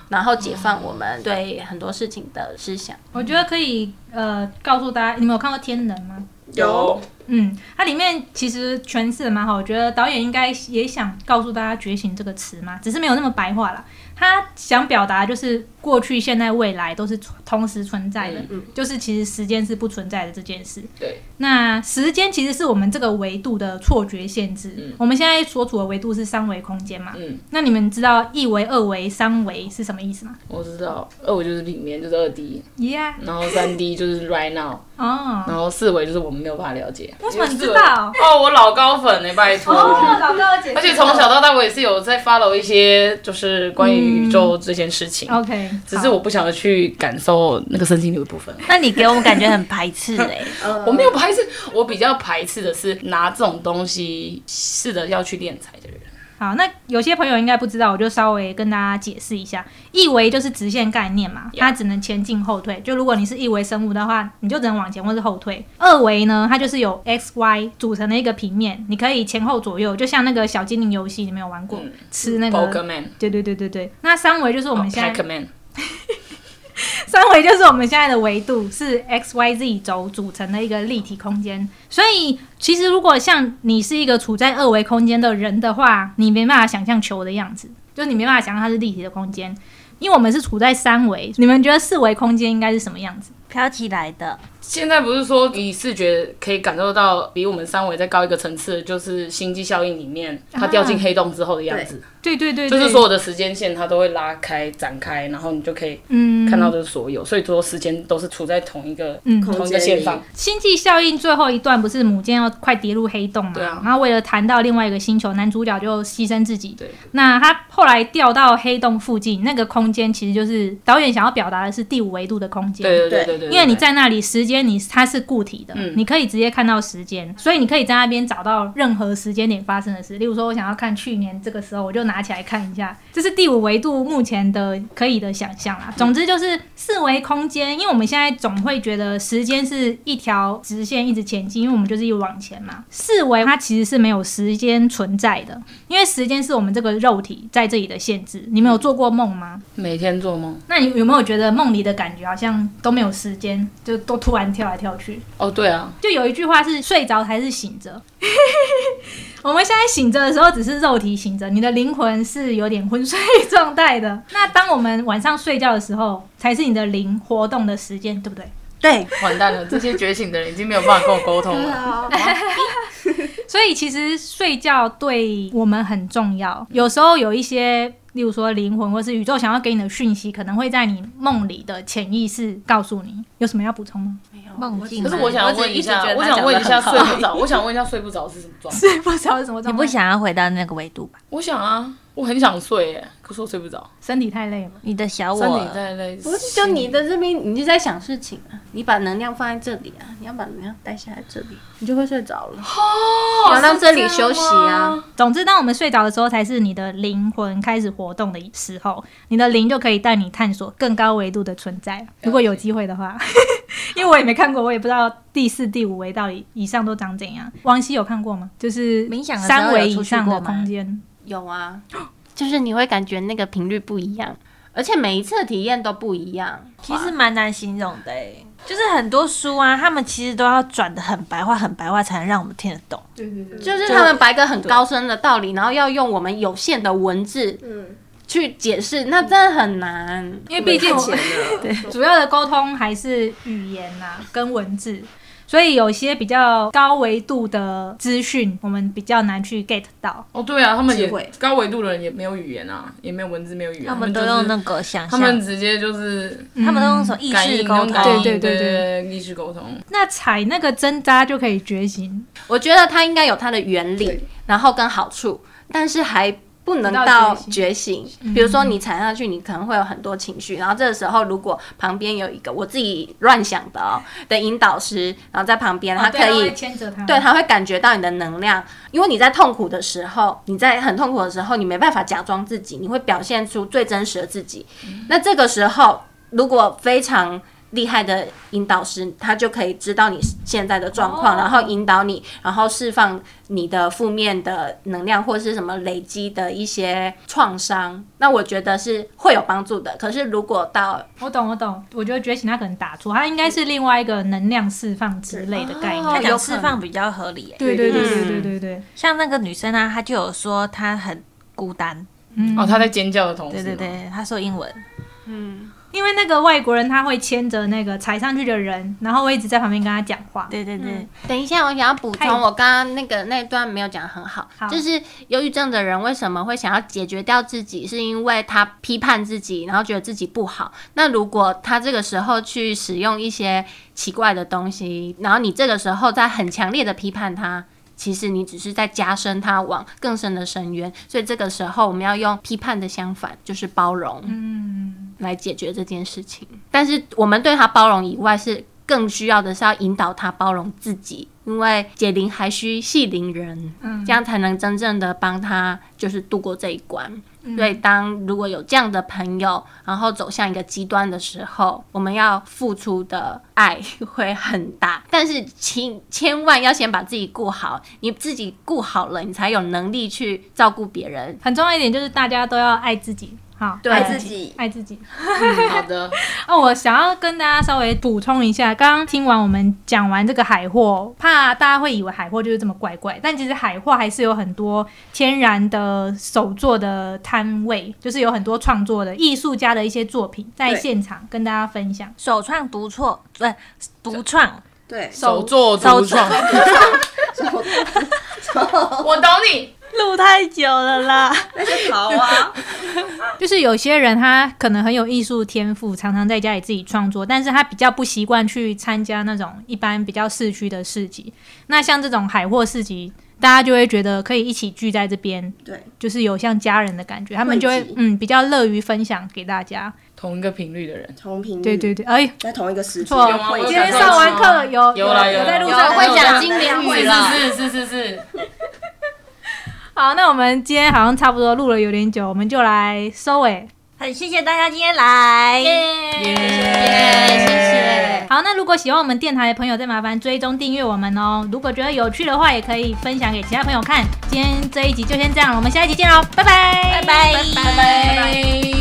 Speaker 6: 然后解放我们对很多事情的思想。
Speaker 3: 我觉得可以呃告诉大家，你们有看过《天能》吗？
Speaker 5: 有
Speaker 3: 嗯，它里面其实诠释的蛮好，我觉得导演应该也想告诉大家“觉醒”这个词嘛，只是没有那么白话啦。他想表达就是过去、现在、未来都是存同时存在
Speaker 4: 嗯
Speaker 3: 的，就是其实时间是不存在的这件事。
Speaker 4: 对，
Speaker 3: 那时间其实是我们这个维度的错觉限制。我们现在所处的维度是三维空间嘛，
Speaker 4: 嗯
Speaker 3: 那你们知道一维、二维、三维是什么意思吗
Speaker 4: 我知道，二维就是里面就是二 D，
Speaker 3: ？Yeah，
Speaker 4: 然后三 D 就是 right now，
Speaker 3: 哦、
Speaker 4: 然后四维就是我们没有办法了解。
Speaker 3: 为什么你知道？
Speaker 4: 哦，我老高粉哎、拜托。
Speaker 3: 哦，老哥，
Speaker 4: 而且从小到大，我也是有在 follow 一些就是关于宇宙这件事情，
Speaker 3: 嗯 OK，
Speaker 4: 只是我不想要去感受那个神经流的部分。
Speaker 2: 那你给我们感觉很排斥哎、
Speaker 3: 嗯
Speaker 4: 我没有排斥，我比较排斥的是拿这种东西试着要去练财的人。
Speaker 3: 好，那有些朋友应该不知道，我就稍微跟大家解释一下，一维就是直线概念嘛，它只能前进后退。就如果你是一维生物的话，你就只能往前或是后退。二维呢，它就是有 x、y 组成的一个平面，你可以前后左右，就像那个小精灵游戏，你没有玩过，吃那
Speaker 4: p o k e
Speaker 3: 个。
Speaker 4: m a n
Speaker 3: 对对对对对，那三维就是我们
Speaker 4: p
Speaker 3: 现
Speaker 4: a
Speaker 3: 在
Speaker 4: c m a n
Speaker 3: 三维就是我们现在的维度，是 x、y、z 轴组成的一个立体空间。所以，其实如果像你是一个处在二维空间的人的话，你没办法想象球的样子，就是你没办法想象它是立体的空间，因为我们是处在三维。你们觉得四维空间应该是什么样子？
Speaker 2: 飘起来的，
Speaker 4: 现在不是说以视觉可以感受到比我们三维再高一个层次，就是《星际效应》里面它掉进黑洞之后的样子，
Speaker 3: 啊对对对
Speaker 4: 就是所，有的时间线它都会拉开、展开，然后你就可以
Speaker 3: 嗯，
Speaker 4: 看到的所有，所以说时间都是处在同一个
Speaker 3: 嗯
Speaker 4: 同一个线上。
Speaker 3: 星际效应最后一段不是母舰要快跌入黑洞嘛？
Speaker 4: 对啊
Speaker 3: 然后为了谈到另外一个星球，男主角就牺牲自己。
Speaker 4: 对。
Speaker 3: 那他后来掉到黑洞附近那个空间，其实就是导演想要表达的是第五维度的空间。
Speaker 4: 对对对
Speaker 5: 对
Speaker 4: 对对，嗯
Speaker 3: 因为你在那里，时间你它是固体的，你可以直接看到时间，所以你可以在那边找到任何时间点发生的事。例如说，我想要看去年这个时候，我就拿起来看一下。这是第五维度目前的可以的想象
Speaker 4: 嗯
Speaker 3: 啦。总之就是四维空间，因为我们现在总会觉得时间是一条直线一直前进，因为我们就是一直往前嘛。四维它其实是没有时间存在的，因为时间是我们这个肉体在这里的限制。你们有做过梦吗？
Speaker 4: 每天做梦。
Speaker 3: 那你有没有觉得梦里的感觉好像都没有时间，就都突然跳来跳去？
Speaker 4: 哦，对啊，
Speaker 3: 就有一句话是“睡着还是醒着”， 我们现在醒着的时候只是肉体醒着，你的灵魂是有点昏睡状态的。那当我们晚上睡觉的时候，才是你的灵活动的时间，对不对？
Speaker 2: 对，
Speaker 4: 完蛋了，这些觉醒的人已经没有办法跟我沟通了。
Speaker 3: 所以其实睡觉对我们很重要。有时候有一些，例如说灵魂或是宇宙想要给你的讯息，可能会在你梦里的潜意识告诉你。有什么要补充吗？
Speaker 6: 没有，
Speaker 2: 梦境啊
Speaker 4: 可
Speaker 2: 吗。
Speaker 4: 是我想
Speaker 6: 我
Speaker 4: 要
Speaker 6: 只
Speaker 4: 问
Speaker 6: 一
Speaker 4: 一
Speaker 6: 直
Speaker 4: 下
Speaker 6: 觉，得
Speaker 4: 我
Speaker 6: 他
Speaker 4: 想
Speaker 6: 讲
Speaker 4: 问
Speaker 6: 得
Speaker 4: 一下
Speaker 6: 很
Speaker 4: 睡
Speaker 6: 好
Speaker 4: 不着，我想问一下睡不着是什么状态？
Speaker 3: 对，不知道是什么
Speaker 2: 你
Speaker 3: 状态，
Speaker 2: 不想要回到那个维度吧？
Speaker 4: 我想啊，我很想睡耶，可是我睡不着，
Speaker 3: 身体太累了。
Speaker 2: 你的小
Speaker 4: 身
Speaker 2: 我
Speaker 4: 体在累。
Speaker 6: 不是，就你的这边，你就在想事情啊，你把能量放在这里啊，你要把能量带下来这里，你就会睡着了。哦，要让这里休息啊。
Speaker 3: 总之，当我们睡着的时候，才是你的灵魂开始活动的时候，你的灵就可以带你探索更高维度的存在。如果有机会的话， 因为我也没看过，我也不知道第四、第五维到底以上都长怎样。王希有看过吗？就是
Speaker 2: 冥想的时候
Speaker 3: 三维以
Speaker 2: 有出
Speaker 3: 上的
Speaker 2: 去过吗
Speaker 3: 空间，
Speaker 6: 有啊，就是你会感觉那个频率不一样，而且每一次的体验都不一样。
Speaker 2: 其实蛮难形容的诶、就是很多书啊，他们其实都要转的很白话、很白话，才能让我们听得懂。
Speaker 6: 就是他们把一个很高深的道理，然后要用我们有限的文字，去解释，那真的很难。
Speaker 3: 因为毕竟我
Speaker 5: 钱了，
Speaker 3: 主要的沟通还是语言呐、啊跟文字，所以有些比较高维度的资讯，我们比较难去 get 到。
Speaker 4: 哦，对啊，他们也
Speaker 5: 智慧
Speaker 4: 高维度的人也没有语言啊，也没有文字，没有语言，
Speaker 2: 他们都用
Speaker 4: 就
Speaker 2: 那
Speaker 4: 是
Speaker 2: 个想
Speaker 4: 他
Speaker 2: 象，
Speaker 4: 们直接就是
Speaker 2: 他们都用什么意
Speaker 4: 感
Speaker 2: 识
Speaker 4: 应
Speaker 2: 沟
Speaker 4: 用
Speaker 2: 通？
Speaker 4: 感应
Speaker 3: 对对
Speaker 4: 对
Speaker 3: 对
Speaker 4: 对意识沟通。
Speaker 3: 那踩那个针扎就可以觉醒，
Speaker 6: 我觉得它应该有它的原理，然后跟好处，但是还不能到觉醒。比如说你踩下去，你可能会有很多情绪，然后这个时候如果旁边有一个我自己乱想的哦的引导师，然后在旁边，
Speaker 2: 哦
Speaker 6: 他
Speaker 2: 啊
Speaker 6: 可以。
Speaker 3: 牵着他，
Speaker 6: 对，他会感觉到你的能量，因为你在痛苦的时候，你在很痛苦的时候，你没办法假装自己，你会表现出最真实的自己。那这个时候，如果非常厉害的引导师，他就可以知道你现在的状况，然后引导你，然后释放你的负面的能量或是什么累积的一些创伤。那我觉得是会有帮助的。可是如果到
Speaker 3: 我懂我懂，我觉得觉醒他可能打错，他应该是另外一个能量释放之类的
Speaker 2: 哦
Speaker 3: 概念。
Speaker 2: 有他可讲能有有释放比较合理、欸，
Speaker 3: 对对对对对
Speaker 6: 嗯
Speaker 3: 对对，
Speaker 2: 像那个女生啊，她就有说她很孤单，
Speaker 3: 嗯
Speaker 4: 哦，他在尖叫的同时，
Speaker 2: 对对，对，她说英文，
Speaker 6: 嗯，
Speaker 3: 因为那个外国人他会牵着那个踩上去的人，然后我一直在旁边跟他讲话。
Speaker 2: 对对
Speaker 4: 嗯
Speaker 2: 对，
Speaker 6: 等一下，我想要补
Speaker 3: 嗨
Speaker 6: 充，我刚刚那个那一段没有讲得很好，
Speaker 3: 好
Speaker 6: 就是忧郁症的人为什么会想要解决掉自己，是因为他批判自己，然后觉得自己不好。那如果他这个时候去使用一些奇怪的东西，然后你这个时候在很强烈的批判他。其实你只是在加深他往更深的深渊，所以这个时候我们要用批判的相反，就是包容。
Speaker 3: 嗯，
Speaker 6: 来解决这件事情。但是我们对他包容以外，是更需要的是要引导他包容自己，因为解铃还需系铃人，
Speaker 3: 嗯
Speaker 6: 这样才能真正的帮他就是度过这一关。
Speaker 3: 嗯
Speaker 6: 所以，当如果有这样的朋友，然后走向一个极端的时候，我们要付出的爱会很大。但是，请千万要先把自己顾好，你自己顾好了，你才有能力去照顾别人。
Speaker 3: 很重要一点就是大家都要爱自己，好，
Speaker 6: 对
Speaker 5: 爱自己。
Speaker 3: 爱自己。
Speaker 4: 嗯好的，
Speaker 3: 哦，我想要跟大家稍微补充一下，刚刚听完我们讲完这个海货，怕大家会以为海货就是这么怪怪，但其实海货还是有很多天然的手作的摊位，就是有很多创作的艺术家的一些作品在
Speaker 5: 对
Speaker 3: 现场跟大家分享。
Speaker 2: 首创独创，对，独创，
Speaker 5: 对，
Speaker 4: 手作
Speaker 2: 手
Speaker 4: 独创， 我懂你，
Speaker 2: 录太久了啦，
Speaker 5: 那就逃 啊！
Speaker 3: 就是有些人他可能很有艺术天赋，常常在家里自己创作，但是他比较不习惯去参加那种一般比较市区的市集。那像这种海货市集，大家就会觉得可以一起聚在这边，
Speaker 5: 对，
Speaker 3: 就是有像家人的感觉，他们就
Speaker 5: 汇
Speaker 3: 会
Speaker 5: 集
Speaker 3: 嗯比较乐于分享给大家。
Speaker 4: 同一个频率的人，
Speaker 5: 同频率
Speaker 3: 对对，对，哎，
Speaker 5: 在同一个时
Speaker 3: 不
Speaker 5: 期，
Speaker 3: 错
Speaker 4: 有吗，我
Speaker 3: 今
Speaker 4: 有
Speaker 3: 天
Speaker 4: 感受
Speaker 3: 上完
Speaker 4: 到
Speaker 3: 课有
Speaker 4: 有啦
Speaker 3: 有
Speaker 4: 有
Speaker 3: 在路
Speaker 4: 有啊
Speaker 3: 上
Speaker 4: 会讲
Speaker 6: 精灵
Speaker 4: 是
Speaker 6: 语
Speaker 4: 是
Speaker 6: 了
Speaker 4: 是是是是，
Speaker 3: 好，那我们今天好像差不多录了有点久，我们就来收尾。
Speaker 2: 很谢谢大家今天来，
Speaker 4: 耶，
Speaker 6: 耶，谢谢。
Speaker 3: 好，那如果喜欢我们电台的朋友，再麻烦追踪订阅我们哦。如果觉得有趣的话，也可以分享给其他哦朋友看。今天这一集就先这样了，我们下一集见喽，拜
Speaker 2: 拜
Speaker 3: 拜，
Speaker 2: 拜，拜拜。
Speaker 4: 拜。